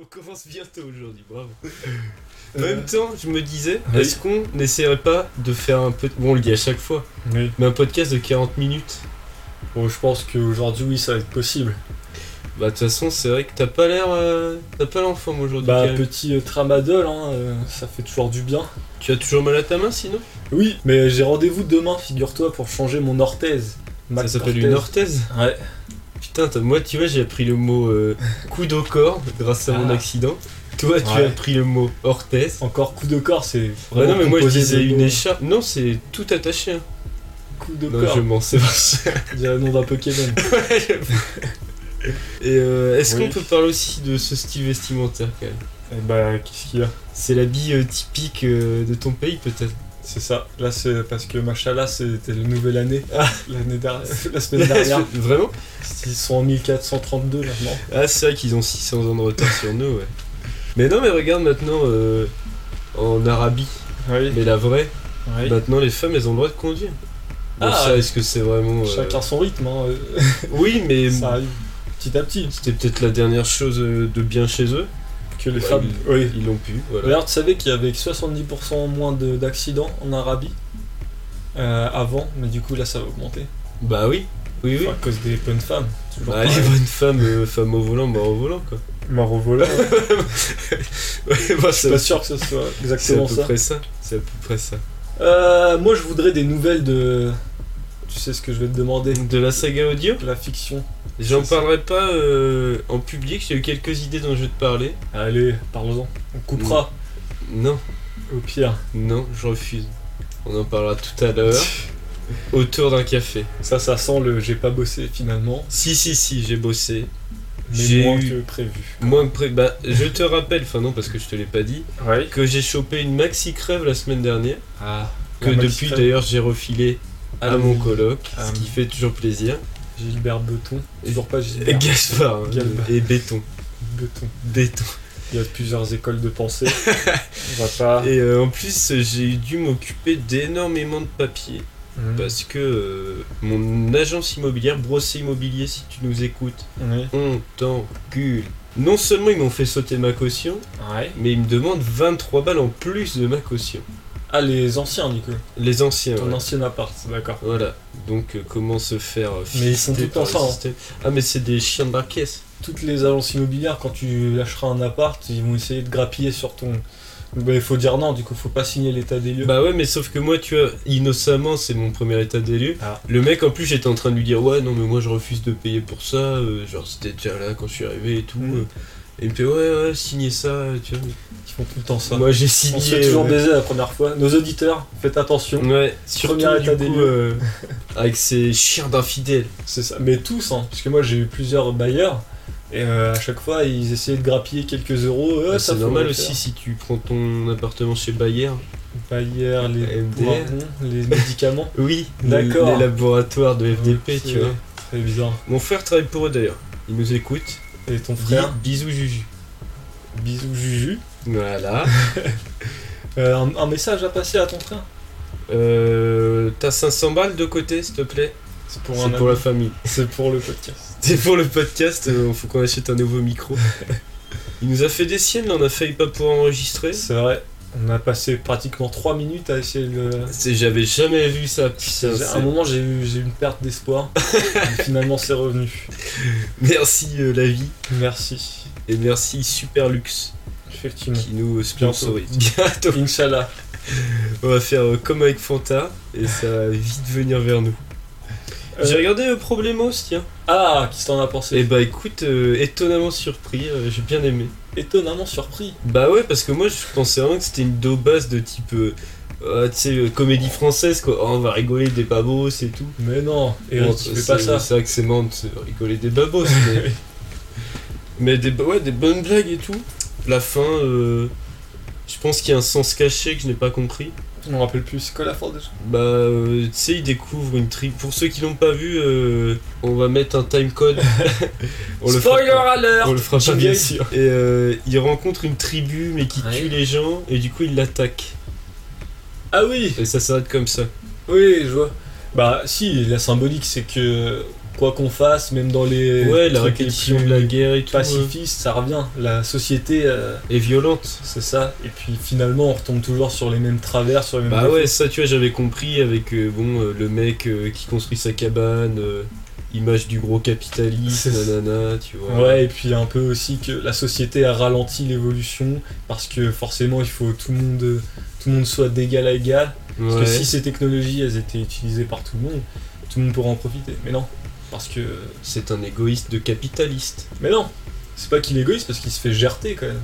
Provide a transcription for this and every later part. On commence bientôt aujourd'hui, bravo. En même temps, je me disais, est-ce qu'on n'essaierait pas de faire un peu. Bon, on le dit à chaque fois, Oui. mais un podcast de 40 minutes Bon, je pense qu'aujourd'hui, oui, ça va être possible. Bah, de toute façon, c'est vrai que t'as pas l'air. euh, T'as pas l'air en forme aujourd'hui. Bah, Karim. petit euh, tramadol, hein, euh, ça fait toujours du bien. Tu as toujours mal à ta main sinon Oui, mais j'ai rendez-vous demain, figure-toi, pour changer mon orthèse. Ma Ça s'appelle orthèse. une orthèse Ouais. Putain, t'as- moi, tu vois, j'ai appris le mot euh, coude au corps grâce à mon Ah. accident. Toi, tu Ouais. as appris le mot orthèse. Encore coup de corps, c'est Bah, vraiment non, mais moi, je composé de disais une mots. écharpe. Non, c'est tout attaché. hein. Coup de Non, corps, je mens, c'est vrai. on dirait le nom d'un Pokémon. Ouais, j'avoue. Et euh, est-ce Oui. qu'on peut parler aussi de ce style vestimentaire quand même Et bah, qu'est-ce qu'il y a C'est l'habit euh, typique euh, de ton pays peut-être C'est ça. Là, c'est parce que Machala, c'était la nouvelle année. Ah. L'année dernière. La semaine dernière. Vraiment Ils sont en 1432 maintenant. Ah c'est vrai qu'ils ont 600 ans de retard sur nous ouais. Mais non mais regarde maintenant euh, en Arabie, Oui. mais la vraie, oui. maintenant les femmes elles ont le droit de conduire. Bon, Ah. ça est-ce que c'est vraiment... euh, Chacun son rythme, hein. euh, Oui mais ça arrive petit à petit. c'était peut-être la dernière chose euh, de bien chez eux. Que les Ouais, femmes. ils- Oui. Ils l'ont pu, voilà. D'ailleurs, tu savais qu'il y avait 70% moins de- d'accidents en Arabie euh, avant, mais du coup là ça va augmenter. Bah oui, oui oui. Enfin, à cause des bonnes femmes. Toujours Bah, les pareil. bonnes femmes, euh, femmes au volant, mort au volant quoi. Mort au volant. Ouais, bah, Je suis ça- pas sûr que ce soit c'est à exactement peu ça. près ça. C'est à peu près ça. Euh, moi je voudrais des nouvelles de. Tu sais ce que je vais te demander De la saga audio, La fiction. j'en C'est ça. parlerai pas euh, en public. J'ai eu quelques idées dont je vais te parler. Allez, parlons-en. On coupera, Non, au pire. non, je refuse. On en parlera tout à l'heure autour d'un café. Ça, ça sent le j'ai pas bossé finalement, Si, si, si, j'ai bossé. mais J'ai moins eu- que prévu. Moi, après, bah, je te rappelle, enfin non, parce que je te l'ai pas dit, Ouais. que j'ai chopé une maxi crève la semaine dernière. Ah, Que La maxi depuis crève. d'ailleurs, j'ai refilé à Ah, mon oui. coloc, Ah, ce oui. qui fait toujours plaisir. Gilbert Beton. Toujours pas Et Gilbert Gaspard hein, Galba. et béton, Beton. béton. Il y a plusieurs écoles de pensée. On va pas. Et euh, en plus, euh, j'ai dû m'occuper d'énormément de papiers Mhm. parce que euh, mon agence immobilière, Brossé Immobilier, si tu nous écoutes, Oui. on t'encule. Non seulement ils m'ont fait sauter ma caution, Ouais. mais ils me demandent 23 balles en plus de ma caution. Ah, les anciens, Nico. Les anciens. Ton ouais. ancien appart, d'accord. Voilà. Donc euh, comment se faire euh, Mais ils sont fister tous par le ensemble. système. Ah mais c'est des chiens de la caisse. Toutes les agences immobilières, quand tu lâcheras un appart, ils vont essayer de grappiller sur ton. Bah, il faut dire non, du coup, faut pas signer l'état des lieux. Bah ouais, mais sauf que moi, tu vois, innocemment, c'est mon premier état des lieux. Ah. Le mec, en plus, j'étais en train de lui dire, ouais, non, mais moi, je refuse de payer pour ça. euh, genre, c'était déjà là quand je suis arrivé et tout. Mm. euh. Et il me fait, ouais, ouais, signez ça, euh, tu vois. Ils font tout le temps ça. Moi, j'ai On signé. se fait toujours ouais. baiser la première fois. Nos auditeurs, faites attention. Ouais, surtout Premier du état des coup, lieux. euh, avec ces chiens d'infidèles. C'est ça. Mais tous, hein. Parce que moi, j'ai eu plusieurs bailleurs. Et euh, à chaque fois, ils essayaient de grappiller quelques euros. Euh, Bah, c'est ça, faut normal le faire. aussi si tu prends ton appartement chez Bayer. Bayer, les MDR. poirons, les médicaments. Oui, D'accord. Les laboratoires de FDP, Ok. tu vois. Très bizarre. Mon frère travaille pour eux d'ailleurs. Il nous écoute. Et ton frère, Frère. Bisous, Juju. bisous Juju. Voilà. Euh, un, un message à passer à ton frère Euh, T'as 500 balles de côté, s'il te plaît C'est pour, C'est pour la famille. C'est pour le podcast. C'est pour le podcast, il faut qu'on achète un nouveau micro. Il nous a fait des siennes, là, on a failli pas pouvoir enregistrer. C'est vrai, on a passé pratiquement 3 minutes à essayer de... C'est- J'avais jamais vu ça, putain. J'ai- À un c'est- moment, j'ai eu, j'ai eu une perte d'espoir. Et finalement, c'est revenu. Merci euh, la vie Merci. et merci Superlux Effectivement. qui nous sponsorise. Mm. Bientôt. Inch'Allah. On va faire euh, comme avec Fanta et ça va vite venir vers nous. Euh, J'ai regardé euh, Problemos, tiens. Ah, qu'est-ce que t'en as pensé Et bah écoute, euh, étonnamment surpris, euh, j'ai bien aimé. Étonnamment surpris. Bah ouais, parce que moi je pensais vraiment que c'était une daubasse de type. euh, euh, tu sais, euh, comédie française quoi. Oh, on va rigoler des babos et tout. Mais non, Eric, Bon, tu Oh, c'est- fais pas ça. C'est vrai que c'est marrant de se rigoler des babos. Mais, mais des, bo- ouais, des bonnes blagues et tout. La fin, euh, je pense qu'il y a un sens caché que je n'ai pas compris. Je me rappelle plus, c'est quoi la force déjà Bah, euh, tu sais, il découvre une tri. Pour ceux qui l'ont pas vu, euh, on va mettre un time code. On Oh, le Oh. fera Spoiler pas. alert On le fera pas Jingle. bien sûr. Et euh, il rencontre une tribu mais qui Ouais. tue les gens et du coup il l'attaque. Ah oui Et ça s'arrête comme ça. Oui, je vois. Bah si, la symbolique c'est que Quoi qu'on fasse, même dans les. Ouais, la trucs les répétition plus de la guerre et tout. euh, ouais. Pacifistes, ça revient. La société, euh, Et violente. c'est ça. Et puis finalement, on retombe toujours sur les mêmes travers, sur les mêmes. Bah ouais, ça tu vois, j'avais compris avec euh, bon euh, le mec euh, qui construit sa cabane, euh, image du gros capitaliste, C'est- nanana, tu vois. Ouais, et puis un peu aussi que la société a ralenti l'évolution parce que forcément il faut tout le monde, tout le monde soit d'égal à égal. Parce Ouais. que si ces technologies elles étaient utilisées par tout le monde, tout le monde pourrait en profiter. Mais non, parce que. C'est un égoïste de capitaliste. Mais non C'est pas qu'il est égoïste parce qu'il se fait gerter quand même.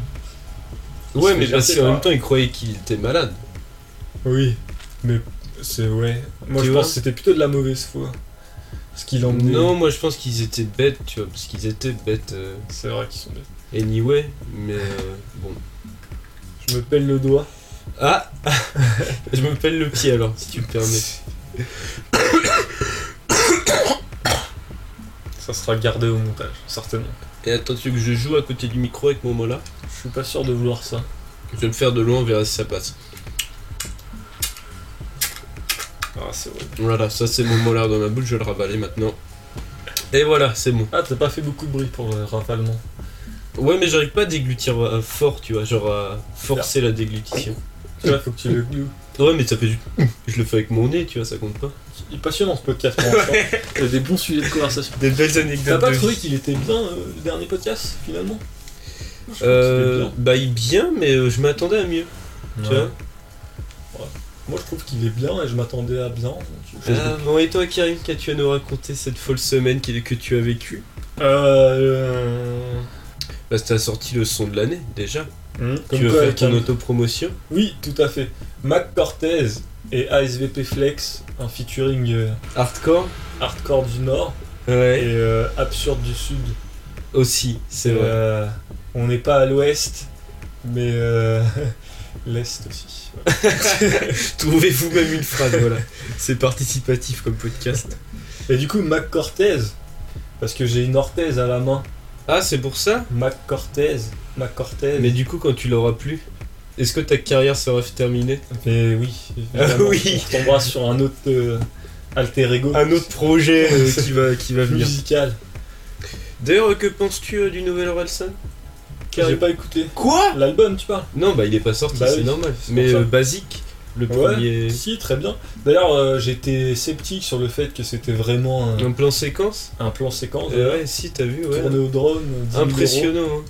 Il se ouais, fait mais parce gerter qu'en par- même temps, il croyait qu'il était malade. Oui, mais c'est. Ouais. Moi Tu je vois pense que c'était plutôt de la mauvaise foi. Ce qu'il emmenait. Non, moi je pense qu'ils étaient bêtes, tu vois, parce qu'ils étaient bêtes euh, C'est vrai qu'ils sont bêtes. anyway, mais euh, bon. Je me pèle le doigt. Ah Je me pèle le pied alors, si tu me permets. Ça sera gardé au montage, certainement. Et attends, tu veux que je joue à côté du micro avec mon mot là Je suis pas sûr de vouloir ça. Je vais le faire de loin, on verra si ça passe. Ah, c'est vrai. Voilà, ça c'est mon molar dans ma boule, je vais le ravaler maintenant. Et voilà, c'est bon. Ah, t'as pas fait beaucoup de bruit pour euh, le rafalement. Ouais, mais j'arrive pas à déglutir euh, fort, tu vois, genre à forcer la déglutition. Tu vois, faut que tu le glues. Ouais, mais ça fait du. Je le fais avec mon nez, tu vois, ça compte pas. Il est passionnant ce podcast pour l'instant. Il y a des bons sujets de conversation. Des belles T'as anecdotes. pas trouvé qu'il était bien euh, le dernier podcast finalement Je trouve qu'il euh, est bien. Bah, il est bien, mais euh, je m'attendais à mieux, tu vois. Moi je trouve qu'il est bien et je m'attendais à bien. donc, je- Ah, bon, et toi, Karim, qu'as-tu à nous raconter cette folle semaine qu'il- que tu as vécue Euh, Bah, t'as sorti le son de l'année, déjà. euh, comme tu veux quoi, faire ton Cam- autopromotion Oui, tout à fait. Mac Cortez et ASVP Flex, un featuring euh, Hardcore hardcore du Nord et Ouais. euh, absurde du Sud. Aussi, c'est vrai. Euh, on n'est pas à l'ouest, mais euh, l'est aussi. ouais. Trouvez vous-même une phrase, voilà. C'est participatif comme podcast. Et du coup, Mac Cortez, parce que j'ai une orthèse à la main. Ah, c'est pour ça Mac Cortez, Mac Cortez. Mais du coup, quand tu l'auras plus, est-ce que ta carrière sera terminée Mais oui, évidemment, Ah oui. on tombera sur un autre euh, alter ego projet Euh, qui, va, qui va musical. D'ailleurs, que penses-tu euh, du nouvel Orelsan J'ai pas écouté. Quoi L'album, tu parles Non, bah il est pas sorti, Bah c'est oui, normal. c'est Mais pour ça. euh, basique, le Ouais. premier. Si, très bien. D'ailleurs, euh, j'étais sceptique sur le fait que c'était vraiment un, Un plan séquence un plan séquence. Euh, Ouais, si, t'as vu, ouais. Tourné au drone, 10 000 euros, Impressionnant. hein.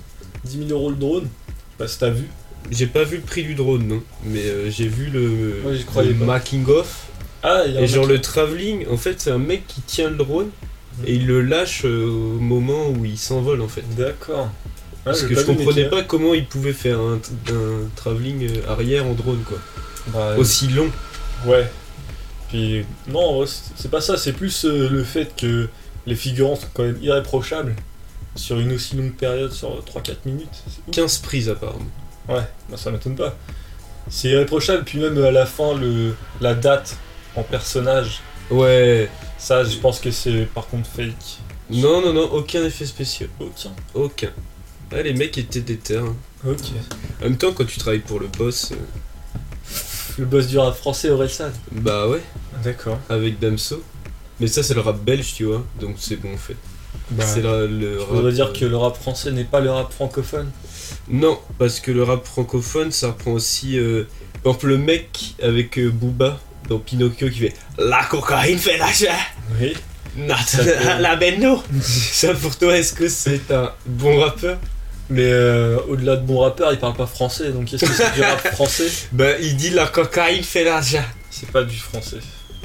10 000 euros le drone. Je sais pas si t'as vu. J'ai pas vu le prix du drone, non. Mais euh, j'ai vu le, Ouais, j'y croyais pas. making off. Ah, il y a un Et genre mec- Mhm. le travelling, en fait, c'est un mec qui tient le drone et il le lâche euh, au moment où il s'envole, en fait. Ah, D'accord. Ouais, Parce j'ai que je vu, mais comprenais tu- pas comment il pouvait faire un, un travelling euh, arrière en drone, quoi. Bah, euh, Aussi long. Ouais. Puis, non, en vrai, c'est c'est pas ça, c'est plus euh, le fait que les figurants sont quand même irréprochables sur une aussi longue période, sur 3-4 minutes. C'est ouf. 15 prises, apparemment. Ouais, bah, ça m'étonne pas. C'est irréprochable, puis même à la fin, le, la date en personnage, Ouais. ça, je pense que c'est par contre fake. Non, non, non, aucun effet spécial. Oh, tiens. Aucun. Ah, les mecs étaient déter. hein. Ok. En même temps, quand tu travailles pour le boss, euh, Le boss du rap français, Orelsan. bah ouais, D'accord. avec Damso. Mais ça, c'est le rap belge, tu vois. Donc c'est bon, en fait. Bah, c'est le, le je rap. voudrais dire euh, que le rap français n'est pas le rap francophone. Non, parce que le rap francophone, ça reprend aussi. euh, Par exemple, le mec avec euh, Booba dans Pinocchio qui fait La cocaïne fait la chair Oui. Ça Nathan- fait- La Benno Ça pour toi, est-ce que c'est un bon rappeur Mais euh, au-delà de bon rappeur, il parle pas français, donc est-ce que c'est du rap français Ben, il dit La cocaïne fait la chair C'est pas du français.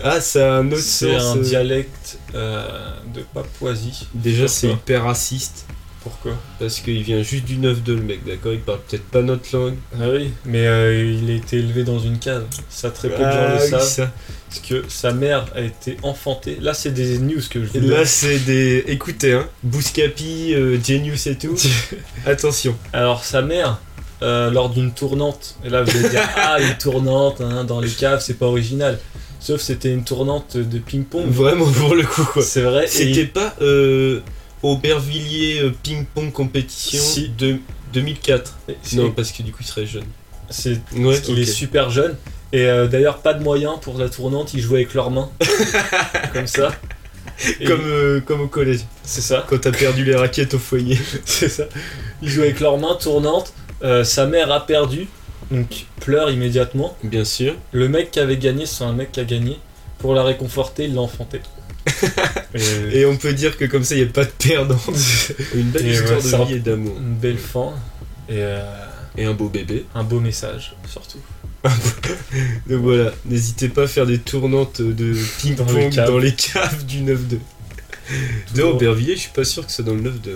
Ah, c'est un autre C'est sens, un euh, dialecte euh, de Papouasie. Déjà, Sur c'est quoi hyper raciste. Pourquoi Parce qu'il vient juste du 9-2, le mec, d'accord Il parle peut-être pas notre langue. Ah oui, mais euh, il a été élevé dans une cave. Ça très peu de gens Ah le oui, savent. ça. Parce que sa mère a été enfantée. Là, c'est des news que je vous Et là, c'est des. Écoutez, hein. Bouscapi, euh, Genius et tout. donne. Attention. Alors, sa mère, euh, lors d'une tournante, et là, vous allez dire Ah, une tournante hein, dans les caves, c'est pas original. Sauf c'était une tournante de ping-pong. Vraiment pour le coup, quoi. C'est vrai. et C'était pas euh, Aubervilliers euh, Ping Pong Compétition Si. de 2004. il- c'est- Non, parce que du coup, il serait jeune. c'est Ouais, parce qu'il est ok. super jeune. Et euh, d'ailleurs, pas de moyens pour la tournante, il jouait avec leurs mains. comme ça. Et Comme, euh, comme au collège, C'est ça, quand t'as perdu les raquettes au foyer. c'est ça. Ils jouent avec leurs mains tournantes. Euh, sa mère a perdu, donc pleure immédiatement. Bien sûr. Le mec qui avait gagné, c'est un mec qui a gagné. Pour la réconforter, il l'a enfanté. euh, Et- Et on peut dire que comme ça, il n'y a pas de perdant. Une belle Et histoire ouais, ça de vie et d'amour. Une belle fin et euh, Et un beau bébé. un beau message, surtout. Donc voilà, n'hésitez pas à faire des tournantes de Dans les ping-pong caves. dans, les caves du 9-2. De Toujours- Aubervilliers, je suis pas sûr que c'est dans le hein. 9-2.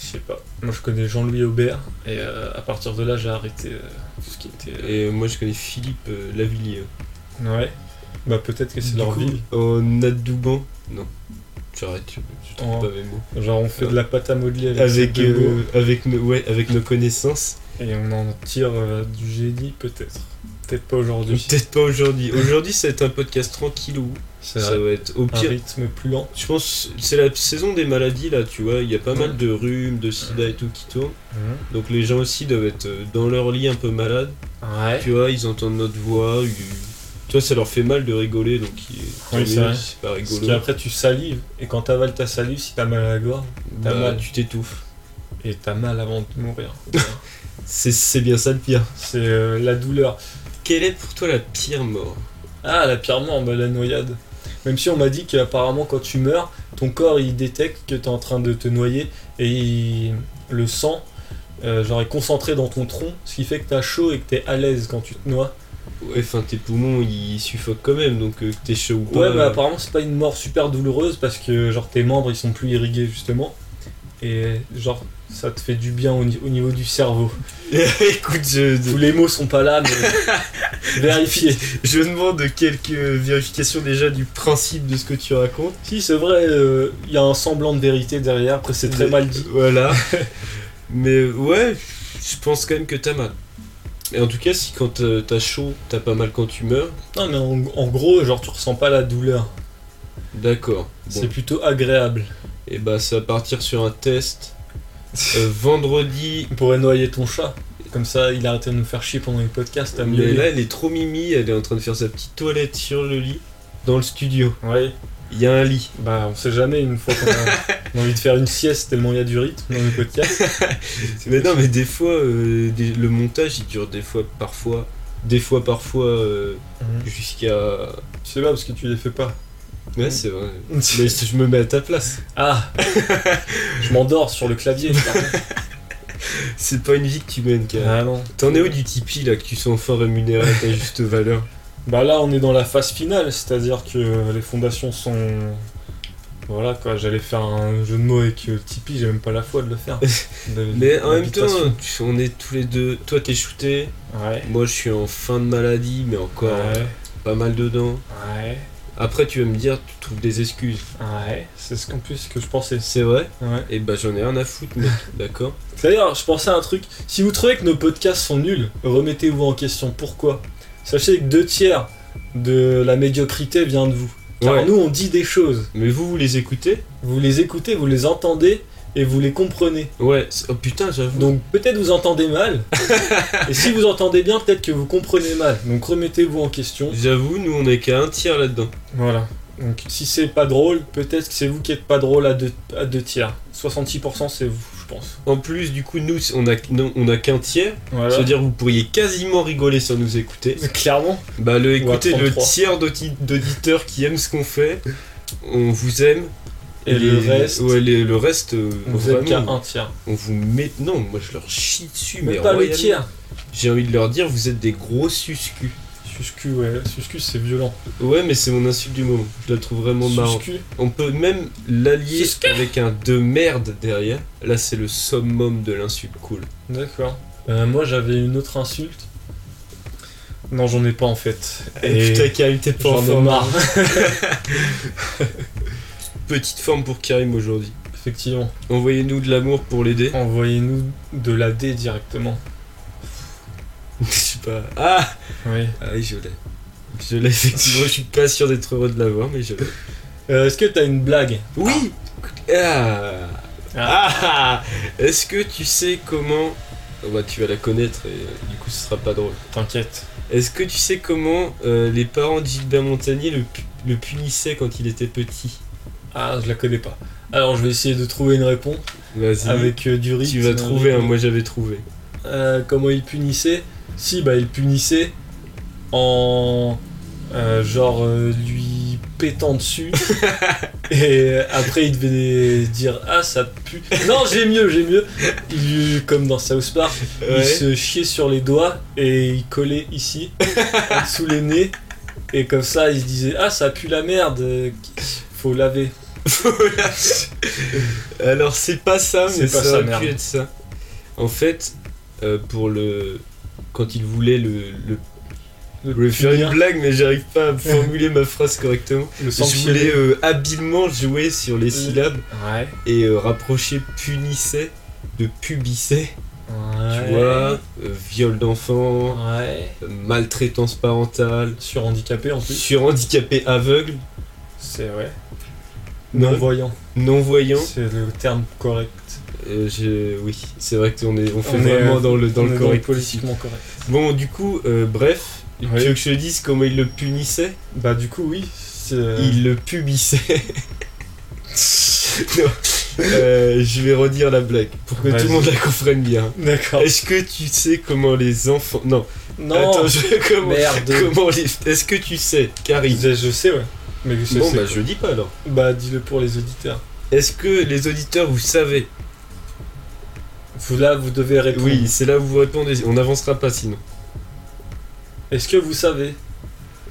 Je sais pas. Moi, je connais Jean-Louis Aubert et euh, à partir de là, j'ai arrêté euh, tout ce qui était. Et moi, je connais Philippe euh, Lavillier. Ouais. Bah, peut-être que c'est Du leur coup, ville. En adouban Non. J'arrête, je, je trouve En- pas mes mots. Genre, on fait de la pâte à modeler avec, Avec, des euh, Go avec, nos, ouais, avec nos connaissances. et on en tire euh, du génie, peut-être. Peut-être pas aujourd'hui. Peut-être pas aujourd'hui. Aujourd'hui, ça va être un podcast tranquille où C'est ça un va être au pire. rythme plus lent. Je pense c'est la saison des maladies là, tu vois. Il y a pas mal de rhumes, de sida et tout qui tournent. Donc les gens aussi doivent être euh, dans leur lit un peu malades. Ouais. Tu vois, ils entendent notre voix. Ils... Tu vois, ça leur fait mal de rigoler, donc ils... tant Oui, c'est mieux, vrai. c'est pas Parce rigolo. qu'après, tu salives et quand t'avales ta salive, si t'as mal à la gorge Bah, t'as mal. tu t'étouffes. et t'as mal avant de mourir. C'est- C'est bien ça le pire. c'est euh, la douleur. Quelle est pour toi la pire mort Ah, la pire mort, bah, la noyade. Même si on m'a dit qu'apparemment, quand tu meurs, ton corps il détecte que t'es en train de te noyer et il- le sang euh, genre, est concentré dans ton tronc, ce qui fait que t'as chaud et que t'es à l'aise quand tu te noies. Ouais, enfin tes poumons ils suffoquent quand même, donc euh, que t'es chaud ou pas. Ouais, mais euh, apparemment, c'est pas une mort super douloureuse parce que genre tes membres ils sont plus irrigués justement et genre ça te fait du bien au, ni- au niveau du cerveau. Écoute, je, Tous les mots sont pas là, mais vérifiez. je demande quelques vérifications déjà du principe de ce que tu racontes. Si, c'est vrai, euh, il y a un semblant de vérité derrière, après c'est très Mais- mal dit. Voilà. mais ouais, je pense quand même que t'as mal. Et en tout cas, si quand euh, t'as chaud, t'as pas mal quand tu meurs, Non, mais en, en gros, genre, tu ressens pas la douleur. d'accord. C'est Bon. plutôt agréable. Et bah, ça va partir sur un test. Euh, vendredi. On pourrait noyer ton chat. Comme ça, il arrêtait de nous faire chier pendant les podcasts. T'as mieux. Mais là, elle est trop mimi, elle est en train de faire sa petite toilette sur le lit, dans le studio. Ouais, Il y a un lit. bah on sait jamais une fois qu'on a, on a envie de faire une sieste tellement il y a du rythme dans les podcasts. Mais non, mais des fois, euh, des- le montage il dure des fois, parfois, des fois, parfois, euh, Mhm. jusqu'à. Tu sais pas parce que tu les fais pas. Ouais, c'est vrai. Mais je je me mets à ta place. Ah Je m'endors sur le clavier. C'est pas une vie que tu mènes, car. ah non. T'en es où du Tipeee là, que tu sois enfin rémunéré à ta juste valeur Bah là, on est dans la phase finale, c'est-à-dire que les fondations sont. Voilà quoi, j'allais faire un jeu de mots avec euh, Tipeee, j'ai même pas la foi de le faire. De- Mais en même temps, d'habitation. tu- on est tous les deux. Toi, t'es shooté. Ouais. Moi, je suis en fin de maladie, mais encore euh, Ouais, pas mal dedans. ouais, Après, tu vas me dire, tu trouves des excuses. ouais. C'est ce qu'en plus ce que je pensais. C'est vrai Ouais. Et bah, j'en ai rien à foutre, mec. D'accord D'ailleurs, je pensais à un truc. Si vous trouvez que nos podcasts sont nuls, remettez-vous en question. Pourquoi Sachez que deux tiers de la médiocrité vient de vous. Car Ouais. nous, on dit des choses. Mais vous, vous les écoutez Vous les écoutez, vous les entendez et vous les comprenez. Ouais. c'est- Oh putain, j'avoue. Donc peut-être vous entendez mal. et si vous entendez bien, peut-être que vous comprenez mal. Donc remettez-vous en question. J'avoue, nous on est qu'à un tiers là-dedans. Voilà. Donc si c'est pas drôle, peut-être que c'est vous qui êtes pas drôle à deux, à deux tiers. 66% c'est vous, je pense. En plus, du coup, nous on a, non, on a qu'un tiers, Voilà. c'est-à-dire vous pourriez quasiment rigoler sans nous écouter. Clairement. Bah, le Ou à écouter le 33. tiers d'audi- d'auditeurs qui aiment ce qu'on fait, on vous aime. Et, le les- reste, Ouais, les- le reste, euh, vous êtes qu'à vraiment, un tiers. on vous met. Non, moi je leur chie dessus, mais Même pas le royalement. tiers. J'ai envie de leur dire, vous êtes des gros suscus. Suscu, ouais. Suscu, c'est violent. Ouais, mais c'est mon insulte du moment. Je la trouve vraiment marrant. Suscu. On peut même l'allier Suscu. avec un de merde derrière. Là, c'est le summum de l'insulte cool. D'accord. Euh, moi, j'avais une autre insulte. Non, j'en ai pas en fait. Et Eh, putain, Karim, t'es pas en j'en ai forme. marre. Petite forme pour Karim aujourd'hui. Effectivement. Envoyez-nous de l'amour pour l'aider. Envoyez-nous de la D directement. je sais pas. Ah Oui. Ah oui, je l'ai. Je l'ai, effectivement. je suis pas sûr d'être heureux de l'avoir, mais je l'ai. Euh, Est-ce que t'as une blague Oui Ah, Ah Est-ce que tu sais comment. Oh, bah, tu vas la connaître et euh, du coup, ce sera pas drôle. T'inquiète. Est-ce que tu sais comment euh, les parents de Gilbert Montagnier le, pu- le punissaient quand il était petit Ah, je la connais pas. Alors, je vais essayer de trouver une réponse Vas-y. avec euh, du riz. Tu vas trouver, hein, moi j'avais trouvé. Euh, comment il punissait Si, bah il punissait en euh, genre euh, lui pétant dessus. et euh, après il devait dire ah ça pue. Non j'ai mieux j'ai mieux. Il lui- comme dans South Park, il se chiait sur les doigts et il collait ici sous les nez et comme ça il se disait ah ça pue la merde. euh, Faut laver. Alors c'est pas ça, C'est mais pas ça, ça, aurait merde. pu être ça. En fait, euh, pour le. Quand il voulait le. le... Le Je voulais faire punir. une blague, mais j'arrive pas à formuler ma phrase correctement. Le Je sanctionner. voulais euh, habilement jouer sur les Euh. syllabes Ouais. et euh, rapprocher punissait de pubissait. Ouais. Tu vois, euh, viol d'enfant, Ouais. euh, maltraitance parentale, Sur handicapé en plus. sur handicapé aveugle, C'est vrai. Non. Non-voyant. non-voyant. C'est le terme correct. Euh, je- Oui, c'est vrai qu'on est, on fait On est, vraiment euh, dans le, dans On le est correct. politiquement correct. Bon, du coup, euh, bref, Oui. tu veux que je te dise comment il le punissait Bah du coup oui. Euh. c'est- Il le pubissait. Non, euh, je vais redire la blague pour que tout Vas-y. le monde la comprenne bien. D'accord. Est-ce que tu sais comment les enfants. Non, Non. attends, je... comment... Merde. comment les. Est-ce que tu sais, Carrie Je, je sais ouais. Mais je sais. Bon, c'est bah quoi. je dis pas alors. Bah dis-le pour les auditeurs. Est-ce que les auditeurs, vous savez Vous là vous devez répondre. Oui, c'est là où vous répondez. On n'avancera pas sinon. Est-ce que vous savez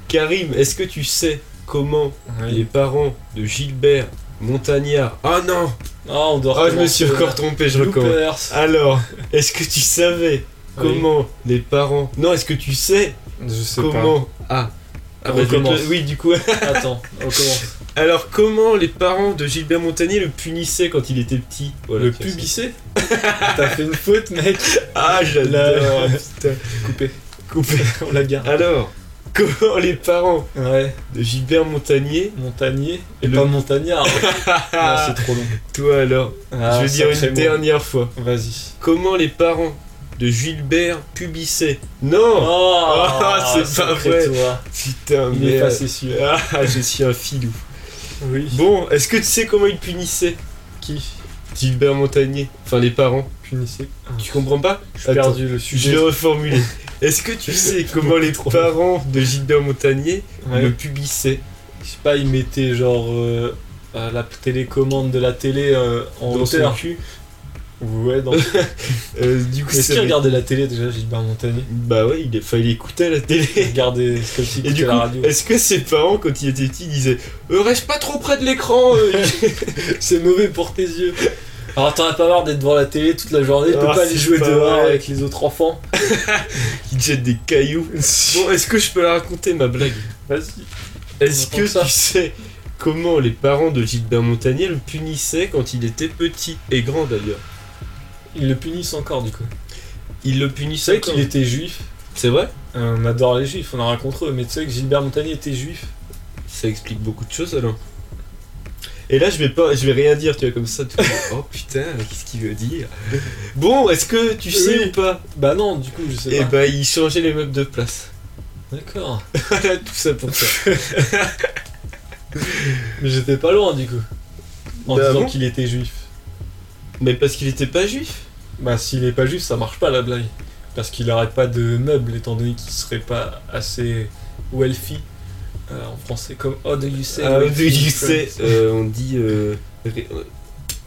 Karim, est-ce que tu sais comment les Oui. parents de Gilbert Montagnard. Ah non Ah on doit. Ah, je me suis recommencer. encore trompé, je recommence. Bloopers. Alors, est-ce que tu savais Oui. comment les parents. Non, est-ce que tu sais Je sais comment. Ah, Ah, On bah, je vais te- recommence. Oui, du coup. pas. Attends. On commence. Alors, comment les parents de Gilbert Montagnier le punissaient quand il était petit Voilà, le tiens, c'est- pubicé T'as fait une faute mec. Ah, j'adore La- Putain, Coupé. coupé. on la garde. Alors, comment les parents Ouais. de Gilbert Montagnier. Montagnier. Et Le- pas montagnard. non c'est trop long. Toi alors, Ah, je vais dire une sacré mot. dernière fois. Vas-y. Comment les parents de Gilbert publissaient Non Oh, Ah, c'est pas sacré vrai. toi. Putain, Ah. Il mais. euh, est facétieux. Ah, je suis un filou. Oui. Bon, est-ce que tu sais comment ils punissaient Qui Gilbert Montagnier Enfin, les parents. punissait Tu comprends pas J'ai Attends, perdu le Je sujet. vais reformuler. Est-ce que tu sais comment les trop. parents de Gilbert Montagnier Ouais. le publissaient Je sais pas, il mettait genre euh, euh, la télécommande de la télé euh, en dans son hauteur. cul Ouais, dans... Euh, Du coup, Est-ce ça qu'il met- regardait la télé déjà, Gilbert Montagnier Bah ouais, il, est... enfin, il écoutait la Il télé. regardait c'est comme s'il Et écoutait du la coup, radio. est-ce que ses parents, quand il était petit, disaient euh, Reste pas trop près de l'écran euh, C'est mauvais pour tes yeux. Alors t'en as pas marre d'être devant la télé toute la journée, tu peux Ah, pas aller c'est jouer pas dehors vrai. avec les autres enfants. Il jette des cailloux. Bon, est-ce que je peux la raconter, ma blague Vas-y. Est-ce que Raconte ça. tu sais comment les parents de Gilbert Montagnier le punissaient quand il était petit Et grand d'ailleurs. Ils le punissent encore du coup. Ils le Tu sais punissaient qu'il quand- était juif. C'est vrai Euh, On adore les juifs, on en raconte eux, mais tu sais que Gilbert Montagnier était juif. Ça explique beaucoup de choses, alors. Et là, je vais pas, je vais rien dire, tu vois, comme ça. tout le monde, oh putain, qu'est-ce qu'il veut dire Bon, est-ce que tu sais Oui. ou pas Bah non, du coup, je sais Eh ben. pas. bah, il changeait les meubles de place. D'accord. euh, Voilà, tout ça pour ça. Mais j'étais pas loin du coup. En Bah disant bon qu'il était juif. Mais parce qu'il était pas juif Bah s'il est pas juif, ça marche pas la blague. Parce qu'il aurait pas de meubles étant donné qu'il serait pas assez wealthy euh, en français comme Oh do you say Ah, wealthy oui, in tu France sais, euh, on dit. euh, ré- euh,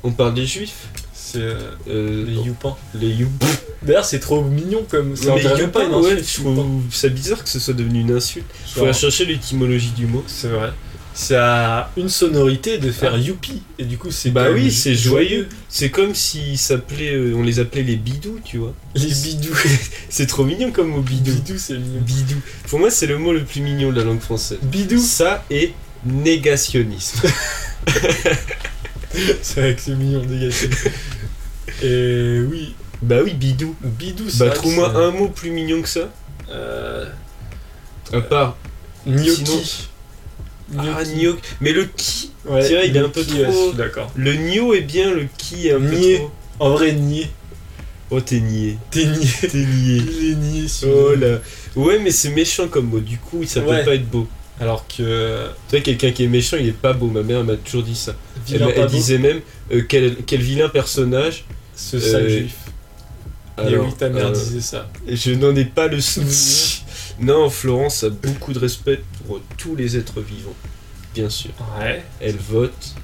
on parle des juifs C'est euh, euh, les youpins. Les youpins. D'ailleurs c'est trop mignon comme ça. Mais on dirait même youpin, pas une ouais, insulte. je trouve ça bizarre que ce soit devenu une insulte. Faut aller Genre, chercher l'étymologie du mot. C'est vrai. Ça a une sonorité de faire youpi et du coup c'est Ah. Bah comme oui, c'est joyeux. C'est comme si s'appelait, euh, on les appelait les bidous, tu vois. Les bidous. C'est trop mignon comme mot bidou. Bidou c'est mignon. Bidou. Pour moi, c'est le mot le plus mignon de la langue française. Bidou. Ça et négationnisme. C'est vrai que c'est mignon, dégagez. Et oui, bah oui, bidou. Bidou, c'est Bah vrai que trouve-moi c'est- un mot plus mignon que ça. Euh, À part. gnocchi. Euh, Ah, gnocchi. Mais le qui Ouais, tu vois, il est un peu gnocchi, ouais, trop- je suis d'accord. Le nio est bien, le qui est un Nier. peu trop. En vrai, nier. Oh, t'es nié. T'es nié. T'es nié. Il est nié, celui-là. Oh là. Ouais, mais c'est méchant comme mot, du coup, ça Ouais. peut pas être beau. Alors que. Tu sais, quelqu'un qui est méchant, il est pas beau. Ma mère m'a toujours dit ça. Elle, Eh Vilain ben, elle Pablo, disait même euh, quel, quel vilain personnage. Ce sale euh, juif. Et Alors, Eh oui, ta mère euh, disait ça. Je n'en ai pas le souvenir. non, Florence a beaucoup de respect pour tous les êtres vivants. Bien sûr. Ouais. Elle vote.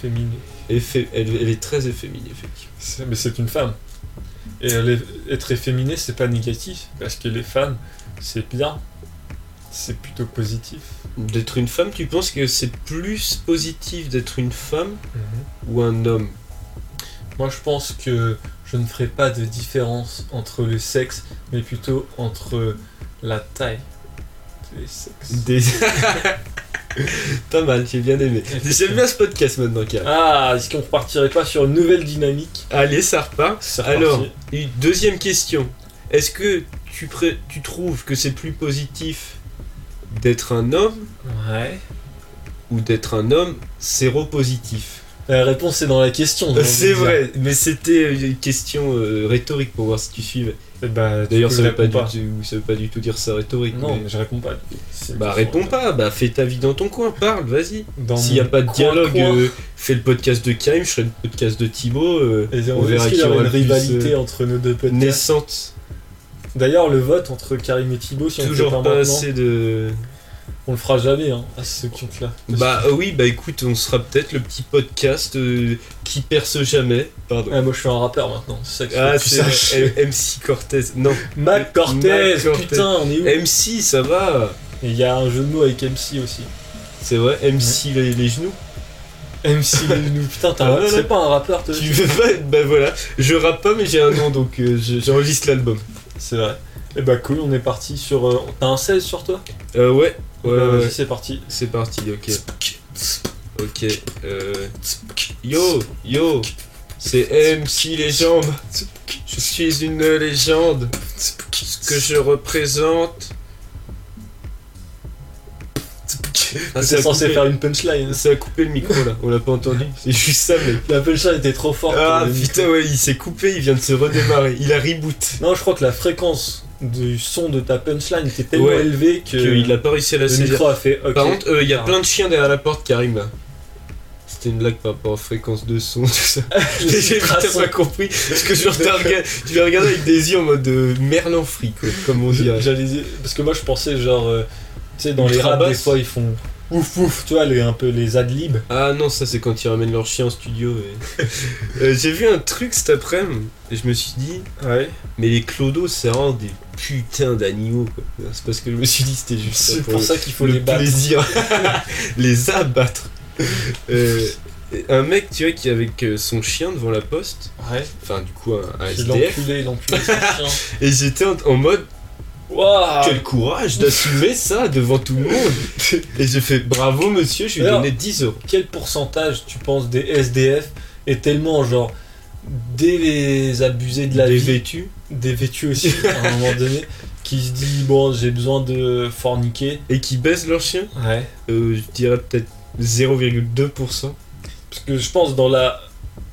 Féminine. effé- elle, elle est très efféminée, effectivement. C'est- Mais c'est une femme. Et elle est- être efféminé, c'est pas négatif, parce que les femmes, c'est bien. C'est plutôt positif. D'être une femme, tu penses que c'est plus positif d'être une femme ou un homme Moi, je pense que je ne ferai pas de différence entre le sexe, mais plutôt entre la taille des sexes. Des... pas mal, j'ai bien aimé. J'aime bien ce podcast maintenant, Karl. Ah, est-ce qu'on repartirait pas sur une nouvelle dynamique Allez, ça repart. C'est reparti. Alors, une deuxième question. Est-ce que tu, pré- tu trouves que c'est plus positif d'être un homme Ouais. ou d'être un homme séropositif La réponse est dans la question. j'ai envie Euh, C'est de dire. vrai, mais c'était une question euh, rhétorique pour voir si tu suivais. Eh bah, du D'ailleurs, coup, ça je veut, pas réponds du tout, ça veut pas du tout dire ça rhétorique. Non, mais- mais je réponds pas. C'est une Bah, question, réponds euh, pas, bah, fais ta vie dans ton coin, parle, vas-y. dans S'il n'y a mon pas de coin, dialogue, coin. euh, fais le podcast de Karim, je ferai le podcast de Thibaut. euh, Et on on verra verra qu'il y qui aura aura une le plus, rivalité euh, entre nos deux podcasts. naissante. D'ailleurs, le vote entre Karim et Thibaut, si on le fait Toujours pas pas maintenant, assez de. on le fera jamais hein, à ce compte-là. Bah euh, oui, bah écoute, on sera peut-être le petit podcast euh, qui perce jamais. Pardon. Ah, moi, je suis un rappeur maintenant. C'est ça que Ah, faut que tu saches. c'est euh, MC Cortez. Non, Mac Cortez, Mac Cortez. putain, on est où Et MC, ça va. il y a un jeu de mots avec MC aussi. C'est vrai, MC les, les genoux. MC, nous, putain, t'as Ah, un- voilà. c'est pas un rappeur, toi Tu veux pas être- Bah voilà, je rappe pas, mais j'ai un nom donc euh, je- j'enregistre l'album. C'est vrai. Et bah, cool, on est parti sur. euh, T'as un 16 sur toi Euh, ouais, ouais, Bah, ouais. Vas-y, c'est parti. C'est parti, ok. Ok, euh. Yo, yo, c'est MC les jambes. Je suis une légende. Ce que je représente. Ah, ça C'est a censé coupé. faire une punchline. Ça a coupé le micro là, on l'a pas entendu. C'est juste ça, mec. La punchline était trop forte. Ah pour le putain, ouais, il s'est coupé, il vient de se redémarrer. Il a reboot. Non, je crois que la fréquence du son de ta punchline était tellement Ouais, élevée que Il a pas réussi à la le saisir. micro a fait OK. Euh, Par contre, euh, il y a Ah. plein de chiens derrière la porte qui arrivent là. C'était une blague par rapport aux fréquences de son, tout ça. Je suis J'ai traçant. peut-être pas compris. Parce que je regardais, je les regardais avec des yeux en mode euh, merlan frit, quoi, comme on dirait. J'allais dire- parce que moi je pensais genre euh, tu sais dans les Ultra rap des basse. fois ils font ouf ouf, tu vois les, un peu les adlibs. Ah non, ça c'est quand ils ramènent leur chien en studio. et- Euh, J'ai vu un truc cet après-midi et je me suis dit, Ouais. mais les clodos, c'est vraiment des putains d'animaux. quoi. C'est parce que je me suis dit, c'était juste ça C'est pour pour le- ça qu'il faut le les battre. plaisir. les abattre. Euh, un mec, tu vois, qui est avec euh, son chien devant la poste, Ouais. enfin du coup un, un Puis SDF, l'enculé, l'enculé son chien. et j'étais en, en mode Waouh. quel courage d'assumer ça devant tout le monde. et j'ai fait bravo monsieur, je lui ai Alors- donné 10 euros. Quel pourcentage tu penses des SDF est tellement genre désabusé de la Des vie vêtus. dévêtu aussi à un moment donné qui se dit bon j'ai besoin de forniquer et qui baissent leur chien, ouais euh, je dirais peut-être 0,2%. parce que je pense dans la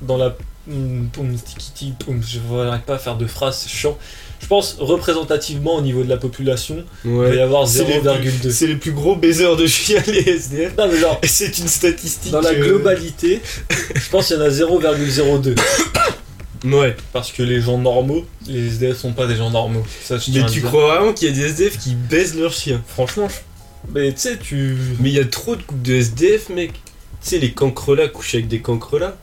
dans la Poum, poum, tikiti, poum, je n'arrive pas à faire de phrases c'est chiant je pense représentativement au niveau de la population il va y Ouais. avoir C'est les 0,2 C'est les plus gros baiseurs de chiens, les SDF. non mais genre Et c'est une statistique. dans la euh, globalité je pense qu'il y en a 0,02 Ouais. parce que les gens normaux les SDF sont pas des gens normaux ça je tiens Mais à le tu dire. crois vraiment qu'il y a des SDF qui baissent leur chien franchement je- mais tu sais tu Mais il y a trop de couples de SDF, mec. Tu sais, les cancrelats couchent avec des cancrelats.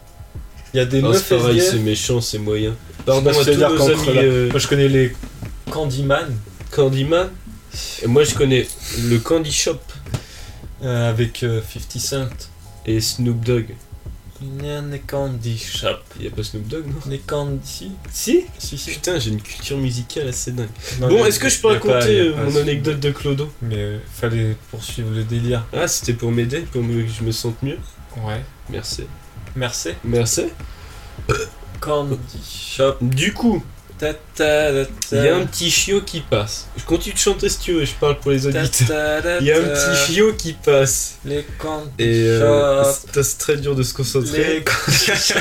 il y a des Ah, meufs c'est pareil, SDF c'est méchant, c'est moyen. Pardon Je sais à pas tous nos si c'est dire amis cancrelats. euh, Moi je connais les Candyman Candyman. Et moi, je connais le Candy Shop euh, avec euh, 50 Cent. et Snoop Dogg. Il y a des Candy Shop. Il y a pas Snoop Dogg, non Des Candy. Si Si, si. Putain, j'ai une culture musicale assez dingue. Non, Bon, mais- est-ce que je peux y a pas- raconter y a euh, pas- mon anecdote de Clodo Mais euh, fallait poursuivre le délire. Ah, c'était pour m'aider, pour me- que je me sente mieux. Ouais. Merci. Merci. Merci. Candy Shop. Du coup, Ta ta ta il ta. y a un petit chiot qui passe. Je continue de chanter si tu veux, je parle pour les Ta auditeurs. ta ta Il y a un ta. petit chiot qui passe. Les Candy Et euh, Shop. c'est c'est très dur de se concentrer. Les Candy Shop.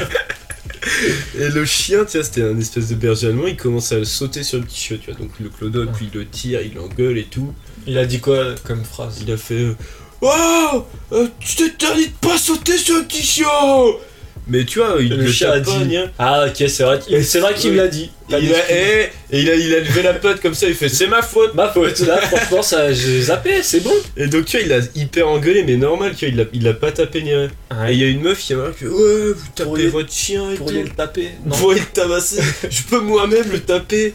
Et le chien, tu vois, c'était un espèce de berger allemand, il commence à sauter sur le petit chiot, tu vois. Donc le clodote, puis il le tire, il l'engueule et tout. Il a dit quoi comme phrase Il a fait euh, Oh euh, Tu t'interdis de pas sauter sur le petit chiot Mais tu vois, il Le chien a tape pas, dit. rien. Ah, ok, c'est vrai, qu'il- c'est vrai qu'il me l'a dit. Et Il a, eh, et il, a, il a levé la patte comme ça, il fait c'est ma faute. Ma faute, là, franchement, ça, j'ai zappé, c'est bon. Et donc tu vois, il a hyper engueulé, mais normal, tu vois, il l'a il l'a pas tapé ni rien. Et il y a une meuf qui a marqué Ouais, vous tapez Pourriez- votre chien et Vous pourriez tout. le taper. Vous Non. pourriez le tabasser, je peux moi-même le taper.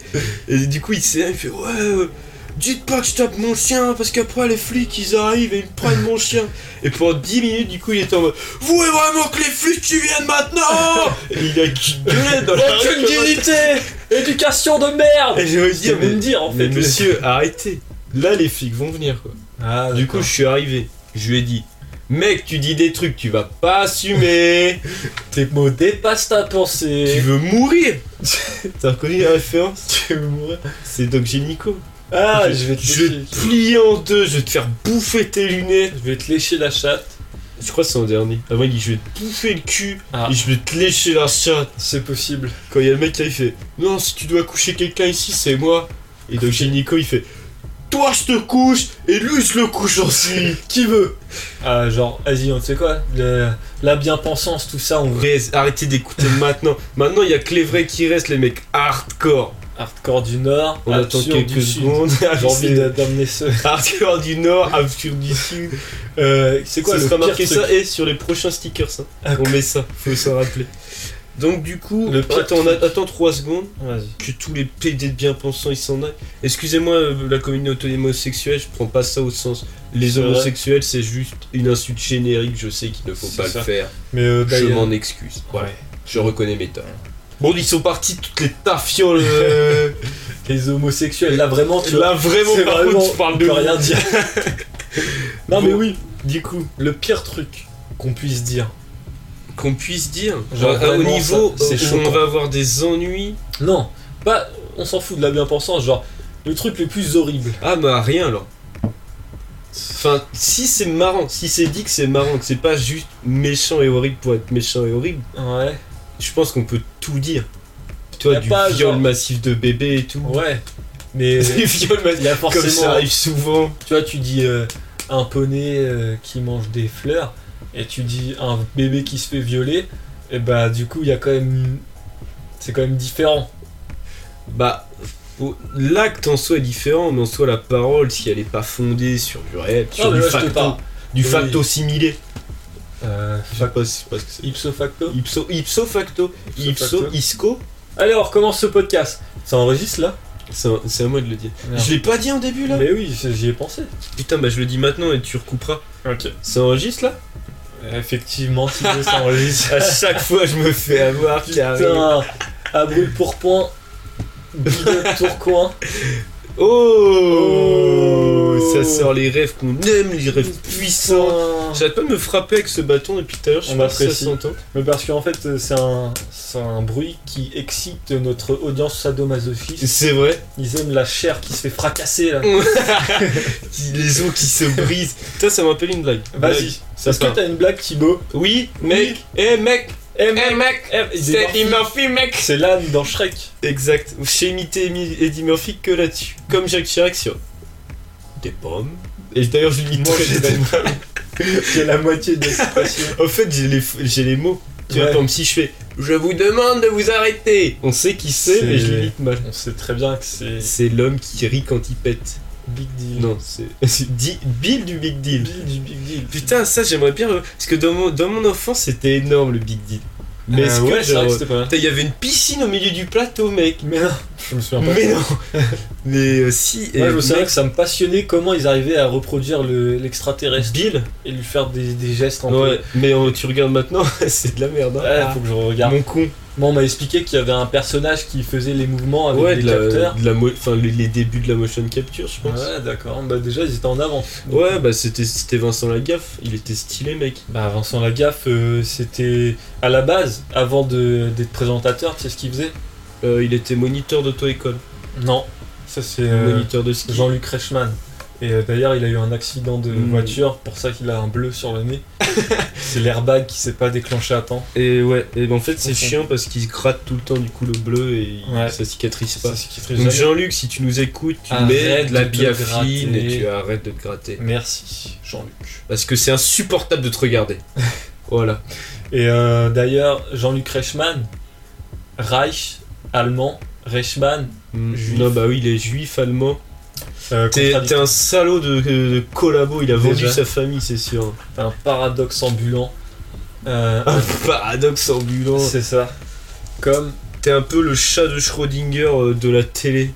Et du coup, il s'est il fait Ouais, euh, dites pas que je tape mon chien parce qu'après les flics ils arrivent et ils me prennent mon chien. Et pendant 10 minutes, du coup, il était en mode Vous voulez vraiment que les flics qui viennent maintenant Et il a gueulé dans la Aucune dignité Éducation de merde Et j'ai envie de C'est dire Mais, me dire, en mais fait. monsieur, arrêtez. Là, les flics vont venir quoi. Ah, Du coup, je suis arrivé, je lui ai dit. Mec, tu dis des trucs, tu vas pas assumer. tes mots dépassent ta tu pensée. veux mourir. T'as reconnu la référence Tu veux mourir C'est Doc Génico. Ah, je vais te Je vais lécher. te plier en deux, je vais te faire bouffer tes lunettes. Je vais te lécher la chatte. Je crois que c'est en dernier. Avant, il dit Je vais te bouffer le cul Ah, et je vais te lécher la chatte. c'est possible. Quand il y a le mec qui il fait Non, si tu dois coucher quelqu'un ici, c'est moi. Et donc, j'ai Nico, il fait Toi, je te couche et lui, je le couche aussi. qui veut Ah, genre, vas-y, on sait quoi le- La bien-pensance, tout ça, on Reste, Arrêtez d'écouter maintenant. Maintenant, il y a que les vrais qui restent, les mecs hardcore. Hardcore du Nord, On attend absurde Ah, du quelques Sud. secondes. Ah, J'ai envie d'a- d'amener ce. Hardcore du Nord, absurde du Sud. Euh, c'est C'est quoi quoi ça le sera pire marqué truc ça et sur les prochains stickers ça. Ah, On met ça, faut s'en rappeler. Donc du coup, Le pire attends, on a- attends 3 secondes Vas-y. que tous les PD de bien-pensants ils s'en aillent. Excusez-moi euh, la communauté homosexuelle, je prends pas ça au sens. Les C'est vrai. homosexuels c'est juste une insulte générique, je sais qu'il ne faut C'est pas ça. le faire. Mais euh, Je d'ailleurs. m'en excuse. Voilà, Ouais. je reconnais mes torts. Bon, ils sont partis toutes les tafioles. euh, Les homosexuels, là vraiment, tu vois. Là vraiment, c'est par vraiment- contre, tu parles on de peut rien dire. non, mais Bon. oui, Du coup, le pire truc qu'on puisse dire. qu'on puisse dire, Genre, à- au vraiment, niveau ça, c'est où on choquant. va avoir des ennuis. Non, pas. On s'en fout de la bien-pensance, genre, le truc le plus horrible. Ah bah rien alors. Enfin, si c'est marrant, si c'est dit que c'est marrant, que c'est pas juste méchant et horrible pour être méchant et horrible, Ouais. je pense qu'on peut tout dire. Tu vois, Y a du pas, viol genre- massif de bébé et tout. Ouais. Mais. euh, Des viols massifs, Il y a forcément. comme ça arrive souvent. Tu vois, tu dis euh, un poney euh, qui mange des fleurs, et tu dis un bébé qui se fait violer, et bah du coup, il y a quand même. C'est quand même différent. Bah, oh, l'acte en soi est différent, mais en soi la parole, si elle est pas fondée sur du réel, sur Ah, mais du, là, je te facto, parle. du Oui. facto similé. Euh, Je sais pas, si- je sais pas ce que c'est. ipso facto. Ipso, ipso facto, Ipso ipso, facto. isco, Allez, on recommence ce podcast. Ça enregistre là c'est à- c'est à moi de le dire. Je l'ai pas dit au début là Ah. Mais oui, j'y ai pensé. Putain, bah je le dis maintenant et tu recouperas. Ok. Ça enregistre là Effectivement, si tu veux, ça enregistre. À chaque fois, je me fais avoir, carrément. Ah. Putain, à brûle pour point, tourcoing. Oh, Oh. Ça sort les rêves qu'on aime, les rêves puissants. J'arrête pas de me frapper avec ce bâton depuis tout à l'heure, je On sais pas si ça apprécie. s'entend. Mais parce qu'en fait, euh, c'est un, c'est un bruit qui excite notre audience sadomasochiste. C'est vrai, Ils aiment la chair qui se fait fracasser là. Qui- les os qui se brisent. Putain, ça me rappelle une blague. Blague. Vas-y. ça Est-ce que part. t'as une blague, Thibaut Oui, mec, eh mec, Eh, eh mec, mec, eh, il c'est débarque. Eddie Murphy, mec. C'est l'âne dans Shrek. Exact, j'ai imité Emi- Eddie Murphy que là-dessus, comme Jacques Chirac sur des pommes. Et d'ailleurs, je l'imite Manger très des bien. J'ai la moitié de l'expression. En fait, j'ai les, j'ai les mots. Tu vois, Ouais. comme si je fais Je vous demande de vous arrêter On sait qui c'est, C'est- mais je l'imite mal. On sait très bien que c'est C'est l'homme qui rit quand il pète. Big Deal. Non, c'est. c'est Di- Bill du Big Deal. Bill du Big Deal. Putain, ça j'aimerais bien. le- Parce que dans mon, dans mon enfance, c'était énorme le Big Deal. Mais Euh, est-ce ouais, que c'est vrai genre. que c'était pas mal. Putain, il y avait une piscine au milieu du plateau, mec. Mais non, je me souviens pas. Mais non Mais euh, si. Moi, et je me souviens mec, que ça me passionnait comment ils arrivaient à reproduire le- l'extraterrestre Bill et lui faire des, des gestes en Ouais, mais euh, tu regardes maintenant, c'est de la merde. hein. faut que je regarde. Mon con. Moi, on m'a expliqué qu'il y avait un personnage qui faisait les mouvements avec ouais, des de la, capteurs. de la mo- enfin, les, les débuts de la motion capture, je pense. Ouais, d'accord. Bah, déjà, ils étaient en avant. Ouais, bah c'était c'était Vincent Lagaffe, il était stylé, mec. Bah, Vincent Lagaffe, euh, c'était à la base, avant de- d'être présentateur, tu sais ce qu'il faisait Euh, il était moniteur d'auto-école, Non. Ça, c'est euh, moniteur de ski. Jean-Luc Reichmann. Et euh, d'ailleurs, il a eu un accident de Mm. voiture, pour ça qu'il a un bleu sur le nez. C'est l'airbag qui s'est pas déclenché à temps. Et ouais, et ben en fait c'est comprends. chiant parce qu'il gratte tout le temps du coup le bleu et il- Ouais. ça cicatrise C'est pas. ce qui Donc frise jamais. Jean-Luc, si tu nous écoutes, tu Arrête mets de la de te biafine gratter. et tu arrêtes de te gratter. Merci, Jean-Luc. Parce que c'est insupportable de te regarder. voilà. Et euh, d'ailleurs, Jean-Luc Reichmann, Reich, allemand, Reichmann, Juif. Non bah oui, il est juif allemand. euh, T'es t'es contradicteur. un salaud de, de collabo, il a vendu Déjà. sa famille c'est sûr. un paradoxe ambulant. Euh, Un paradoxe ambulant. c'est ça. Comme. T'es un peu le chat de Schrödinger euh, de la télé.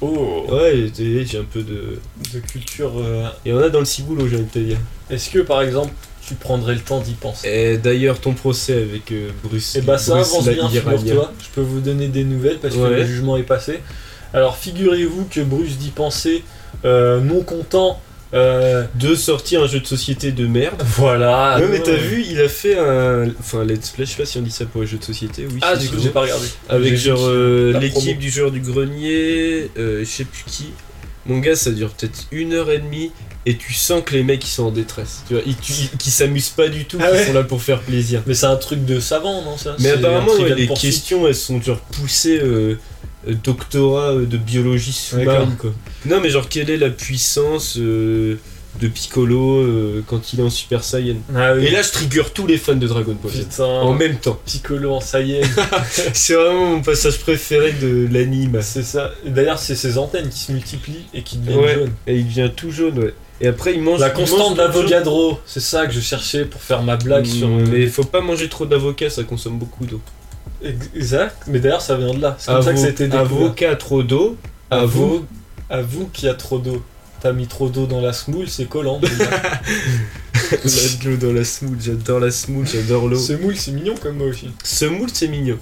Oh Ouais, t'es- j'ai un peu de... De culture. euh, Il y en a dans le ciboulot, j'ai envie de te dire. Est-ce que par exemple, tu prendrais le temps d'y penser Et d'ailleurs, ton procès avec euh, Bruce... Et bah ça Bruce avance bien, Lahir Alia. figure-toi. Je peux vous donner des nouvelles parce que Ouais. le jugement est passé. Alors figurez-vous que Bruce d'y penser, euh, non content. euh, de sortir un jeu de société de merde. voilà. Ah ouais, mais t'as Euh, vu, il a fait un. Enfin, let's play, je sais pas si on dit ça pour les jeux de société, oui. Ah, c'est du coup, souvent. j'ai pas regardé. Avec J'ai genre vu que- euh, la promo. l'équipe du joueur du grenier, euh, je sais plus qui. Mon gars, ça dure peut-être une heure et demie. Et tu sens que les mecs ils sont en détresse, tu vois, ils, tu- ils- qui s'amusent pas du tout, Ah qui ouais. sont là pour faire plaisir. Mais c'est un truc de savant, non ça Mais C'est un apparemment, ouais, trivial les poursuite. questions elles sont genre poussées euh, euh, doctorat euh, de biologie sous-marine D'accord. quoi. Non, mais genre, quelle est la puissance euh, de Piccolo euh, quand il est en Super Saiyan Ah oui. Et là, je trigger tous les fans de Dragon Ball Z. putain, En même temps. Piccolo en Saiyan, C'est vraiment mon passage préféré de l'anime. Bah, c'est ça. Et D'ailleurs, c'est ses antennes qui se multiplient et qui deviennent Ouais. jaunes. Et il devient tout jaune, ouais. Et après, il mange. La il mange constante Hmm. tout jaune. d'Avogadro, c'est ça que je cherchais pour faire ma blague sur. Mm, Mais faut pas manger trop d'avocat, ça consomme beaucoup d'eau. Exact, mais d'ailleurs ça vient de là. C'est comme ça que Avo- c'était découvert. Avocat, trop d'eau. Avo. À vous qui a trop d'eau. T'as mis trop d'eau dans la semoule, c'est collant. La- l'eau dans la smoule, j'adore la smoule, j'adore l'eau. semoule, c'est mignon comme moi aussi. Semoule, c'est mignon.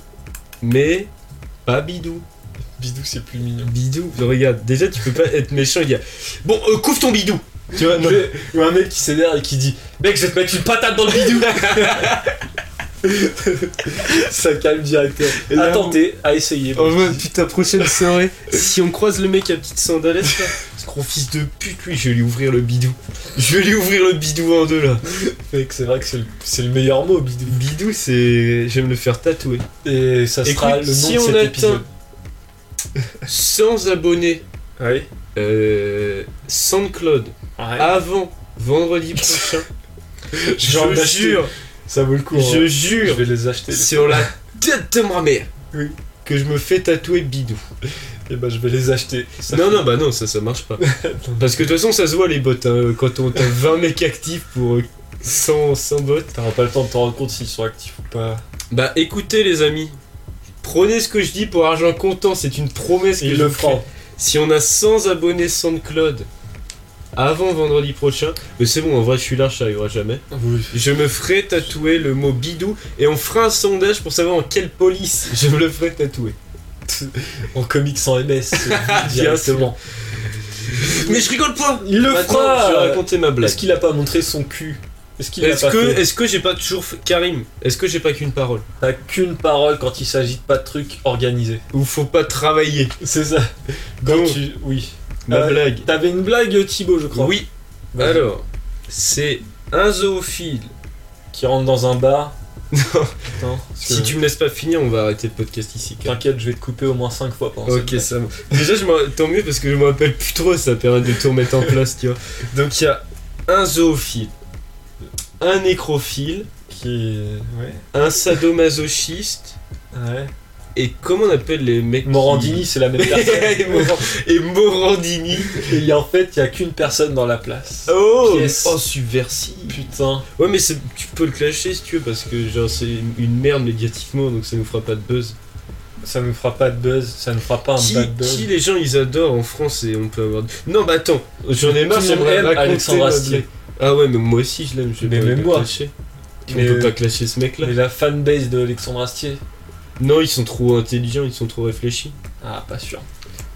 Mais. Pas bidou. Bidou, c'est plus mignon. Bidou, regarde, déjà tu peux pas être méchant, il y a. Bon, euh, couvre ton bidou Tu vois, non. Ou un mec qui s'énerve et qui dit Mec, je vais te mettre une patate dans le bidou Ça calme directement. Et là, À tenter, à essayer. Oh ouais, putain, prochaine soirée, si on croise le mec à petite sandalette, là, ce gros fils de pute, lui, je vais lui ouvrir le bidou. Je vais lui ouvrir le bidou en deux, là. Mec, c'est vrai que c'est le, c'est le meilleur mot, bidou. Bidou, c'est... J'aime le faire tatouer. Et ça sera Écoute, le nom si de on cet atteint- épisode. 100 abonnés, Ouais. euh, SoundCloud, Ah, avant vendredi prochain, J'ai je jure, Ça vaut le coup. hein. je Je jure, vais les acheter. sur la tête de ma mère, Oui. que je me fais tatouer bidou. Et bah, je vais les acheter. Ça non, fait- non, bah non, ça, ça marche pas. Parce que de toute façon, ça se voit les bots. hein. Quand on t'a 20 mecs actifs pour euh, 100, 100 bots. T'auras pas le temps de t'en rendre compte s'ils sont actifs ou pas. Bah écoutez, les amis. Prenez ce que je dis pour argent comptant. C'est une promesse que je Ils le vous feront. fais. Si on a 100 abonnés SoundCloud avant vendredi prochain, mais c'est bon, en vrai, je suis large, ça arrivera jamais. Ah, Je me ferai tatouer le mot bidou et on fera un sondage pour savoir en quelle police je me le ferai tatouer. En comics sans MS. c'est directement. Mais je rigole pas Il le Attends, fera Je vais raconter ma blague. Est-ce qu'il a pas montré son cul Est-ce qu'il a Est-ce pas que, fait est que j'ai pas toujours. fait- Karim, est-ce que j'ai pas qu'une parole T'as qu'une parole quand il s'agit de pas de trucs organisés. Ou faut pas travailler C'est ça. Quand Donc, tu... Oui. ma Euh, blague. T'avais une blague Thibaut je crois. Oui, Vas-y. alors, c'est un zoophile. Qui rentre dans un bar. Non, Putain. parce si que- tu me laisses pas finir, on va arrêter le podcast ici. Karim. T'inquiète, je vais te couper au moins 5 fois pendant cette Ok, blague. ça va. Déjà, je m'en- tant mieux parce que je me rappelle plus trop, ça permet de tout remettre en place, tu vois. Donc, il y a un zoophile, un nécrophile, Qui. Ouais. un sadomasochiste, Ouais. et comment on appelle les mecs qui- Morandini, c'est la même personne. et, Moran- et Morandini. Et il y a- en fait, il y a qu'une personne dans la place. Oh, Yes. oh subversif. Putain. Ouais, mais c'est- tu peux le clasher si tu veux, parce que genre c'est une merde médiatiquement, donc ça nous fera pas de buzz. Ça nous fera pas de buzz, ça ne fera pas un Qui, bad buzz. qui les gens ils adorent en France et on peut avoir. Non, bah attends, j'en ai marre, Tout le monde j'aimerais aime raconter Alexandre ma Astier. blague. Ah ouais, mais moi aussi je l'aime, je vais Mais pas même le moi. clasher. euh, On Mais- peut pas clasher ce mec là. Mais la fanbase de Alexandre Astier Non, ils sont trop intelligents, ils sont trop réfléchis. Ah, pas sûr.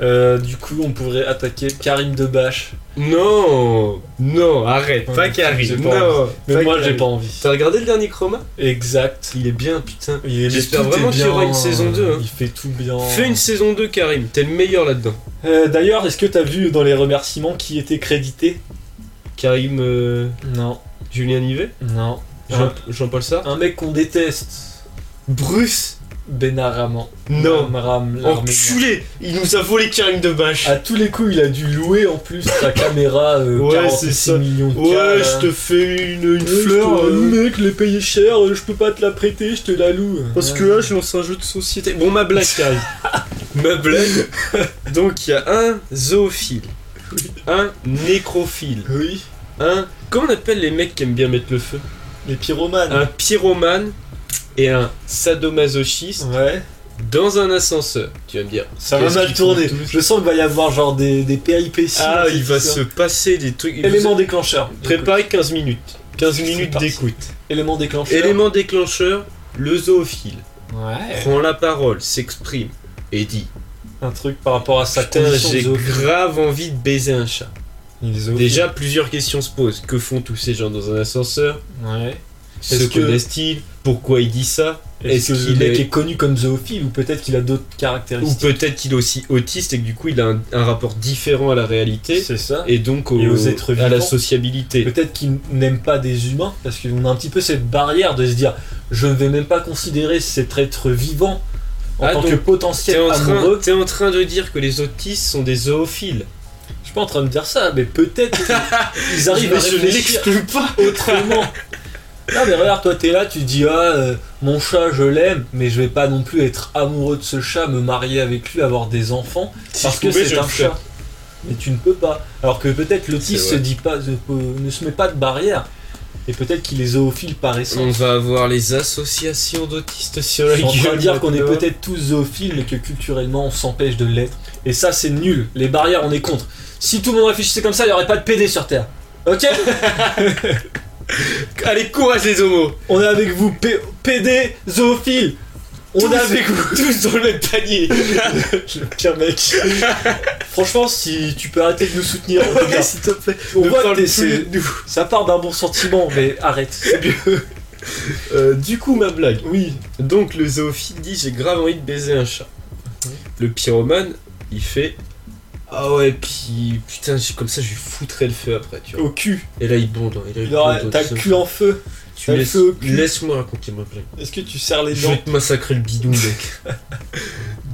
Euh, du coup, on pourrait attaquer Karim Debache. Non, non, arrête, Ouais, pas mais Karim. j'ai pas Non, Mais pas moi, Karim. j'ai pas envie. T'as regardé le dernier chroma Exact. Il est bien, putain. Il est- J'espère tout est vraiment qu'il y bien, aura une saison 2, hein. Il fait tout bien. Fais une saison 2, Karim, t'es le meilleur là-dedans. Euh, D'ailleurs, est-ce que t'as vu dans les remerciements qui était crédité Karim, euh, Non, Julien Nivet non. Jean- Jean-Paul Sartre Un mec qu'on déteste, Bruce Benaraman. Non. Amram, l'Arménien. Enculé Il nous a volé Karim Debache À tous les coups, il a dû louer en plus sa caméra euh, Ouais, c'est 46 ça. millions de cas, Ouais, là. je te fais une, une Ouais, fleur. je te- euh, Mec, je l'ai payé cher, euh, je peux pas te la prêter, je te la loue. Parce Ouais. que là, je lance un jeu de société. Bon, ma blague, Karim. ma blague. Donc, il y a un zoophile, un nécrophile, Oui, un. Comment on appelle les mecs qui aiment bien mettre le feu les pyromanes. Un pyromane et un sadomasochiste Ouais. dans un ascenseur. Tu vas me dire. Ça Qu'est-ce va mal qu'ils tourner. font tous Je sens qu'il va y avoir genre des, des péripéties. Ah, dans cette il va histoire. se passer des trucs. Élément déclencheur. Préparez 15 minutes. 15 C'est minutes parti. d'écoute. Élément déclencheur. Élément déclencheur, le zoophile. Ouais. prend la parole, s'exprime et dit Un truc par rapport à sa Putain, condition j'ai de zoophilie. grave envie de baiser un chat. Il est zoophile. Déjà, plusieurs questions se posent. Que font tous ces gens dans un ascenseur Ouais. Se Est-ce que- connaissent-ils Pourquoi il dit ça Est-ce Est-ce que le qu'il mec est- est connu comme zoophile ou peut-être qu'il a d'autres Ou caractéristiques peut-être qu'il est aussi autiste et que du coup il a un, un rapport différent à la réalité C'est ça. et donc au- Et aux êtres à la vivants. sociabilité. Peut-être qu'il n'aime pas des humains, parce qu'on a un petit peu cette barrière de se dire je ne vais même pas considérer cet être vivant en Ah, tant donc, que T'es potentiel en, train, amoureux. t'es en train de dire que les autistes sont des zoophiles. Je suis pas en train de dire ça, mais peut-être qu'ils arrivent à Mais je ne réfléchir l'exclus pas. autrement. Non mais regarde, toi t'es là, tu dis ah euh, mon chat je l'aime, mais je vais pas non plus être amoureux de ce chat, me marier avec lui, avoir des enfants. Si Parce je que pouvais, c'est je le un ferais. chat. Mais tu ne peux pas. Alors que peut-être l'autiste C'est se vrai. dit pas, se- euh, ne se met pas de barrière. Et peut-être qu'il est zoophile par On essence. va avoir les associations d'autistes sur Je la suis en train de gueule dire qu'on est maintenant. peut-être tous zoophiles, mais que culturellement on s'empêche de l'être. Et ça, c'est nul. Les barrières, on est contre. Si tout le monde réfléchissait comme ça, il n'y aurait pas de PD sur Terre. Ok Allez, courage les homos On est avec vous, P- PD, zoophile On Tous- est avec vous Tous dans le même panier Le pire mec Franchement, si tu peux arrêter de nous soutenir, on peut dire. s'il te plaît on Ne voit que parle t'es- plus c'est- de nous. ça part d'un bon sentiment, mais arrête, c'est mieux. Euh, Du coup, ma blague. Oui, Donc, le zoophile dit J'ai grave envie de baiser un chat. Le pyromane, il fait Ah ouais, puis putain, j'ai- comme ça, je lui foutrais le feu après, tu vois. au cul. Et là, il bondent. Et là, il Il aura- bonde, T'as tout le ça. cul en feu. Tu t'as le laisses- feu au cul. Laisse-moi raconter ma blague. Est-ce que tu serres les Je dents vais te massacrer le bidou, mec.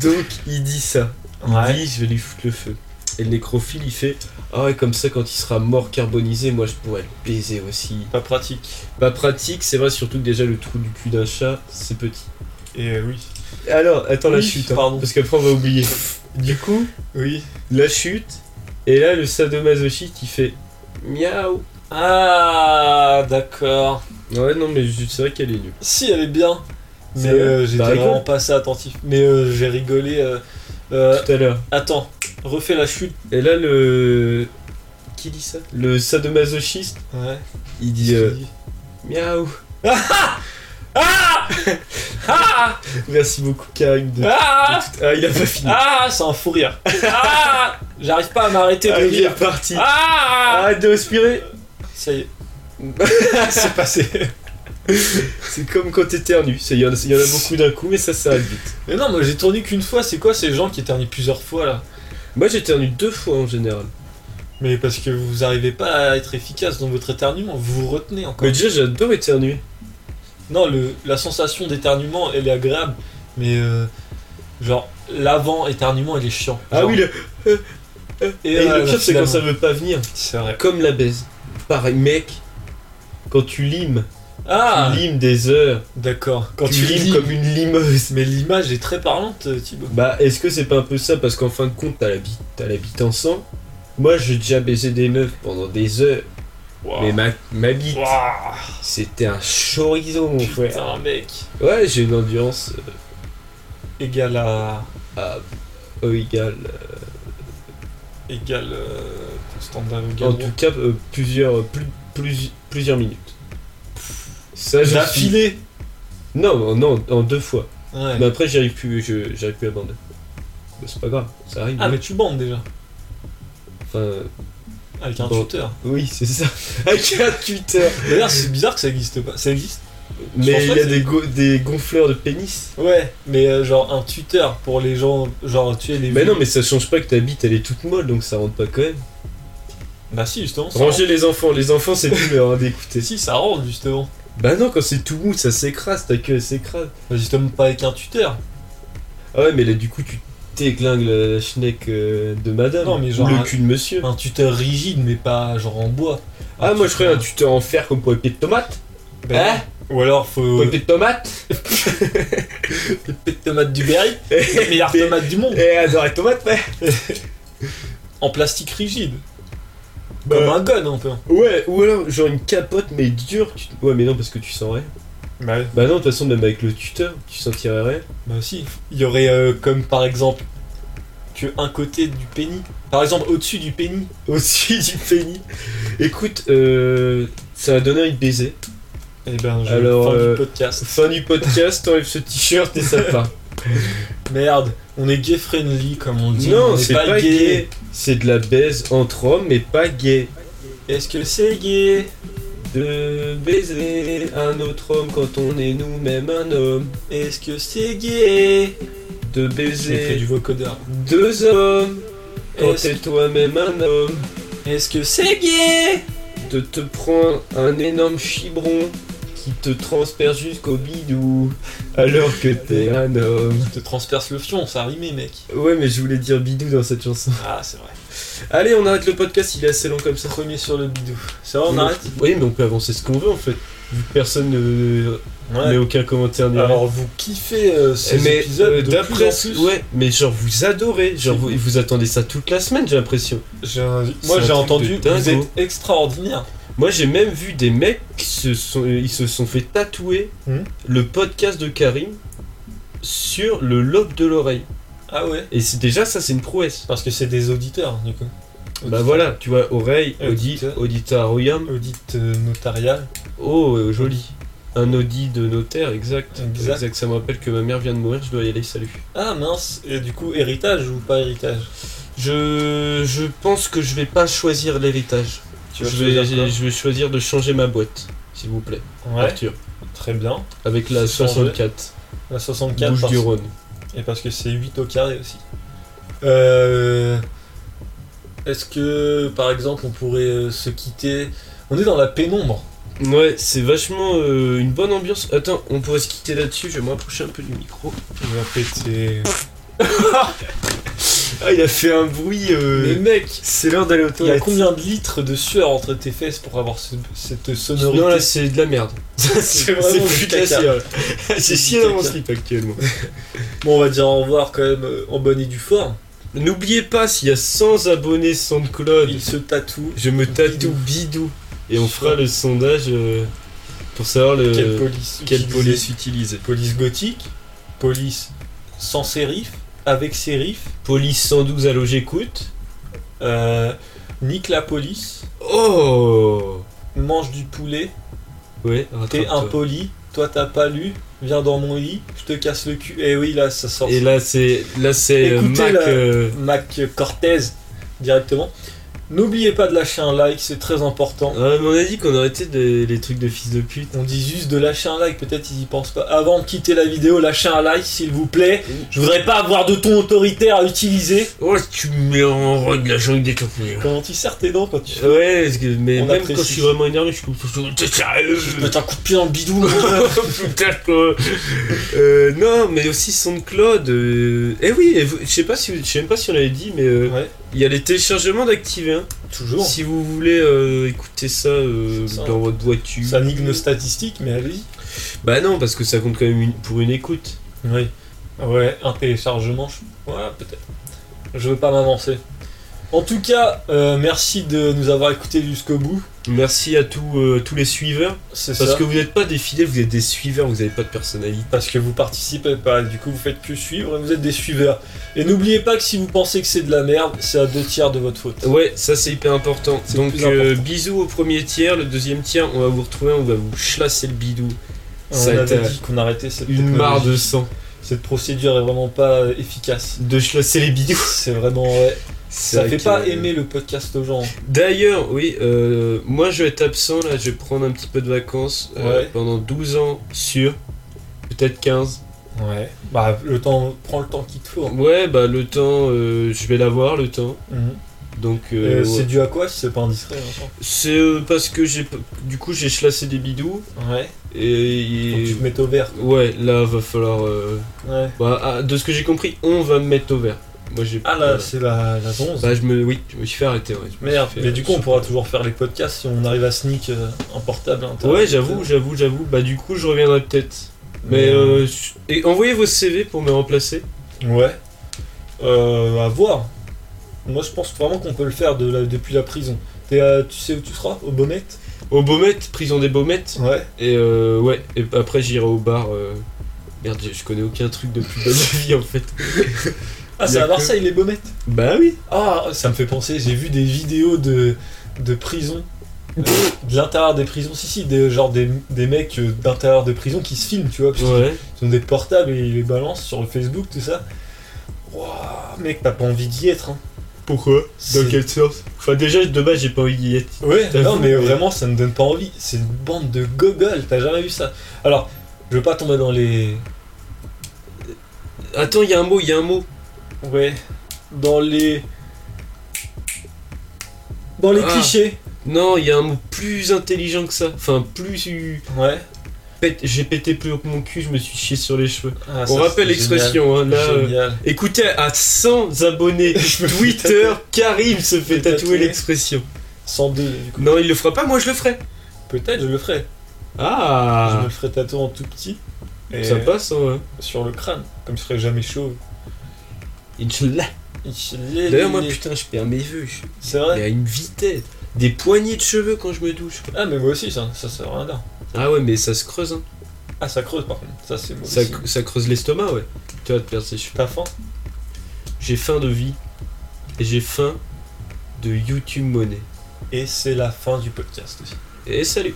Donc, il dit ça. Ouais. Oui, je vais lui foutre le feu. Et le nécrophile, il fait Ah ouais, comme ça, quand il sera mort carbonisé, moi je pourrais le baiser aussi. Pas pratique. Pas Bah, pratique, c'est vrai, surtout que déjà le trou du cul d'un chat, c'est petit. Et euh, oui. Alors, attends la Oui, chute, hein, pardon. parce qu'après on va oublier. du coup, Oui. la chute, et là le sadomasochiste, il fait Miaou. Ah, d'accord. Ouais, non, mais je- c'est vrai qu'elle est nulle. Si, elle est bien. Mais Ça va euh, j'étais Bah, rigole. vraiment pas assez attentif. Mais euh, j'ai rigolé. euh, euh, Ah, Tout à l'heure. attends, refais la chute. Et là, le. Qui dit ça Le sadomasochiste, Ouais. il dit euh, Miaou. ah, Ah Ah Merci beaucoup, Karim. De... Ah Ah, il a pas fini. Ah C'est un fou rire. Ah J'arrive pas à m'arrêter Ah, de il est rire. parti. Ah Arrête de respirer Ça y est. C'est passé. C'est comme quand t'éternues, c'est- il y, en a- il y en a beaucoup d'un coup, mais ça s'arrête vite. Mais non, moi j'ai tourné qu'une fois, c'est quoi ces gens qui éternient plusieurs fois là Moi j'éternue deux fois en général. Mais parce que vous arrivez pas à être efficace dans votre éternuement, vous vous retenez encore. Mais déjà j'adore éternuer. Non, le, la sensation d'éternuement elle est agréable, mais euh, genre l'avant-éternuement il est chiant. Ah Genre, oui, le, et euh, le pire c'est quand finalement. ça veut pas venir. C'est vrai. Comme la baise. Pareil, mec, quand tu limes, Ah tu limes des heures, D'accord. Quand tu, limes, comme une limeuse. Mais l'image est très parlante, euh, Thibaut. Bah est-ce que c'est pas un peu ça Parce qu'en fin de compte t'as la bite, t'as la bite en sang. Moi j'ai déjà baisé des meufs pendant des heures, mais ma, ma bite, Waouh. c'était un chorizo mon frère. Putain, mec. Ouais, j'ai une endurance euh, Égal à. à au égal. Égal. Euh, Constantin Le En Gabron. tout cas, euh, plusieurs, plus, plus- plusieurs minutes. Ça, je suis- D'affilée Non, non, en deux fois. Ouais. Mais après, j'arrive plus, je- j'arrive plus à bander. Bah, c'est pas grave, ça arrive. Ah, ouais. mais tu bandes déjà. Enfin, euh, Avec un Bon. tuteur. oui, c'est ça. Avec un tuteur. D'ailleurs, c'est bizarre que ça existe pas. Ça existe Mais Je pense il pas y a que des, go- des gonfleurs de pénis. Ouais, mais euh, genre un tuteur pour les gens, genre tu es les. Mais non, mais ça change pas que ta bite elle est toute molle, donc ça rentre pas quand même. Bah si, justement. Ça Rangez les enfants, les enfants c'est plus leur hein, d'écouter. rentre. Si, ça rentre justement. Bah non, quand c'est tout mou, ça s'écrase, ta queue elle s'écrase. Bah, Justement, pas avec un tuteur. Ah ouais, mais là du coup, tu t'églingues la, la schneck euh, de madame. Non, mais genre Ou le un- cul de monsieur. Un tuteur rigide, mais pas genre en bois. ah, moi je ferais un tuteur- tuteur en fer comme pour les pieds de tomate. Bah, hein Ou alors, Pour faut. les pieds de tomate Les petites tomates du Berry, les meilleures Des- tomates du monde, Eh, adore les tomates, ouais en plastique rigide, Bah, comme un gun un peu. Ouais, ou alors genre une capote mais dure. tu- Ouais, mais non, parce que tu sens rien. Bah, Bah non, de toute façon, même avec le tuteur, tu sentirais rien. si, il y aurait euh, comme par exemple que un côté du pénis, par exemple au-dessus du pénis, Aussi du pénis. Écoute, euh, ça va donner envie de baiser. et ben je Alors, fin euh, du podcast. Fin du podcast, t'enlèves ce t-shirt et ça part. Merde, on est gay friendly comme on dit. non, on est c'est pas, gay. C'est de la baise entre hommes, mais pas gay. Est-ce que c'est gay De baiser un autre homme quand on est nous-mêmes un homme. Est-ce que c'est gay De J'ai fait baiser du vocodeur. deux hommes quand Est-ce t'es toi-même un homme. est-ce que c'est gay De te prendre un énorme chibron qui te transperce jusqu'au bidou alors que t'es un homme. Je te transperce le fion, ça a rimé mec. Ouais, mais je voulais dire bidou dans cette chanson. Ah c'est vrai. Allez, on arrête le podcast, il est assez long comme ça. Premier sur le bidou. Ça va, on Oui. arrête Oui, mais on peut avancer ce qu'on veut en fait. Vu que personne ne Ouais. met aucun commentaire ni rien. Alors vous kiffez euh, ces mais épisodes euh, de d'après plus en plus. ouais, mais genre vous adorez, genre vous, Oui. vous attendez ça toute la semaine, j'ai l'impression. J'ai un- Moi un j'ai truc entendu, de dingo. vous êtes extraordinaire. Moi, j'ai même vu des mecs qui se sont euh, ils se sont fait tatouer Mhm. le podcast de Karim sur le lobe de l'oreille. Ah ouais Et c'est déjà ça, c'est une prouesse. Parce que c'est des auditeurs du coup. Bah voilà, tu vois, oreille, audit, Auditeur. auditorium. Audit euh, notarial. Oh, euh, joli. Un audit de notaire, exact. Exact. Ça me rappelle que ma mère vient de mourir, je dois y aller, salut. Ah mince, et du coup héritage ou pas héritage Je, je pense que je vais pas choisir l'héritage. Tu vas Je vais, choisir quoi je vais choisir de changer ma boîte, s'il vous plaît, Ouais, Arthur. très bien. Avec la Changer. 64, La 64 bouche parce- du Rhône. et parce que c'est 8 au carré aussi. Euh... Est-ce que par exemple on pourrait euh, se quitter On est dans la pénombre. Ouais, c'est vachement euh, une bonne ambiance. Attends, on pourrait se quitter là-dessus, je vais me rapprocher un peu du micro. On va péter. Ah, il a fait un bruit. euh, Mais mec, C'est l'heure d'aller au Il y a combien de litres de sueur entre tes fesses pour avoir ce- cette sonorité Non, là, c'est de la merde. C'est c'est vraiment c'est plus du de la caca. cire. J'ai du chié dans mon caca. slip actuellement. Bon, on va dire au revoir quand même euh, en bonne et due forme. N'oubliez pas, s'il y a 100 abonnés SoundCloud, Il se tatoue. je me tatoue bidou. Et on fera le sondage euh, pour savoir le, Quelle police Euh, quelle utiliser police utiliser. Police gothique, police sans sérif, avec sérif, Police 112 à j'écoute. euh, nique la police, Oh mange du poulet, Ouais, t'es rattrape-toi. impoli, toi t'as pas lu, viens dans mon lit, je te casse le cul. Et oui, là ça sort. Et là, c'est là c'est euh, Écoutez Mac. la- euh, Mac Cortez directement. N'oubliez pas de lâcher un like, c'est très important. ah, mais on a dit qu'on arrêtait de- les trucs de fils de pute. On dit juste de lâcher un like, peut-être ils y pensent pas. Avant de quitter la vidéo, lâchez un like s'il vous plaît. Je voudrais pas avoir de ton autoritaire à utiliser. Oh, tu me mets en règle la jungle des campions. Comment tu serres tes dents quand tu fais Ouais, parce que, mais On même apprécie. quand je suis vraiment énervé, je suis comme T'es sérieux Je mets un coup de pied dans le euh. bidou. mon gars. Putain, quoi. Euh, non, mais aussi SoundCloud. Euh... Eh oui, et vous- je sais pas si, vous- je sais même pas si on l'avait dit, mais euh, il ouais, y a les téléchargements d'activer. hein. toujours. Si vous voulez euh, écouter ça, euh, Ça. dans votre voiture. Ça nique nos statistiques, mais allez-y. Bah non, parce que ça compte quand même une- pour une écoute. Oui. Ouais, un téléchargement, je... ouais, peut-être. Je veux pas m'avancer. En tout cas, euh, merci de nous avoir écoutés jusqu'au bout. Merci à tous, euh, tous les suiveurs. C'est Parce ça. que vous n'êtes pas des fidèles, vous êtes des suiveurs, vous n'avez pas de personnalité. parce que vous participez pas, du coup vous faites que suivre et vous êtes des suiveurs. Et n'oubliez pas que si vous pensez que c'est de la merde, c'est à deux tiers de votre faute. Ouais, ça c'est hyper important. C'est Donc le plus important. euh, bisous au premier tiers, le deuxième tiers, on va vous retrouver, on va vous chlasser le bidou. On Ça a avait été dit qu'on arrêtait cette Une technologie. mare de sang. Cette procédure est vraiment pas euh, efficace. De chlasser les bidous. C'est vraiment ouais. C'est Ça vrai fait que- pas aimer le podcast aux gens. D'ailleurs, oui, euh, moi je vais être absent là, je vais prendre un petit peu de vacances euh, Ouais. pendant 12 ans sur peut-être 15. Ouais. Bah le temps, prends le temps qui te faut. hein. Ouais, bah le temps, euh, je vais l'avoir le temps. Mhm. Donc Euh, Mm. euh, C'est ouais. dû à quoi si c'est pas indiscret hein, c'est euh, parce que j'ai p- du coup j'ai chlassé des bidous Ouais. Et Faut que tu il- te mettes au vert. Ouais, là va falloir. euh, Ouais. bah, ah, de ce que j'ai compris, on va me mettre au vert. Moi j'ai. Ah là, voilà. c'est la, la bronze. Bah, je me. Oui, je me suis fait arrêter, ouais. Je me Merde, suis fait- mais du coup on pourra toujours faire les podcasts si on arrive à sneak euh, un portable. hein, t'as- Ouais, j'avoue, j'avoue, j'avoue. Bah, du coup, je reviendrai peut-être. Mais. euh, s- Et envoyez vos CV pour me remplacer. Ouais. Euh, à voir. Moi, je pense vraiment qu'on peut le faire de la- depuis la prison. T'es à- tu sais où tu seras Au Baumette Au Baumette, prison des Baumettes. Ouais. Et euh, ouais, et après j'irai au bar. euh, Merde, je connais aucun truc depuis ma vie en fait. Ah, c'est Y a à que- Marseille, les Baumettes Bah oui. Ah, ça me fait penser, j'ai vu des vidéos de, de prison. euh, de l'intérieur des prisons, si, si, des, genre des, des mecs euh, d'intérieur de prison qui se filment, tu vois, parce qu'ils Ouais. ils ont des portables et ils les balancent sur le Facebook, tout ça. Wouah, mec, t'as pas envie d'y être, hein. Pourquoi C'est- sens Enfin, déjà de base, j'ai pas envie d'y être. Ouais, T'as non, vu, mais mais- vraiment, ça ne donne pas envie. C'est une bande de gogoles, t'as jamais vu ça. Alors, je veux pas tomber dans les. Attends, il y a un mot, il y a un mot. Ouais. Dans les. Dans les Ah. clichés. Non, il y a un mot plus intelligent que ça. Enfin, plus. Ouais. Pète- J'ai pété plus haut que mon cul, je me suis chié sur les cheveux. Ah, ça, On rappelle c'est l'expression, hein, là. Génial. euh, Génial. Écoutez, à 100 abonnés Twitter, Karim se fait Fait tatouer. tatouer l'expression. 102, du coup. Non, il le fera pas, moi je le ferai. Peut-être, je le ferai. Je me Ah le ferai tatouer en tout petit. Et Ça passe, hein, ouais. Sur le crâne. Comme je serai jamais chauve. Inch'Allah. D'ailleurs, moi putain, je perds mes vœux. je- C'est Mais vrai. à une vitesse. Des poignées de cheveux quand je me douche. quoi. Ah, mais moi aussi, ça, ça sert à rien. Ah ouais, mais ça se creuse, hein. Ah, ça creuse par contre. Ça, c'est mauvais. Ça, signe. ça creuse l'estomac, ouais. Tu vas te perdre ses cheveux. T'as faim J'ai faim de vie. Et j'ai faim de YouTube monnaie. Et c'est la fin du podcast aussi. Et salut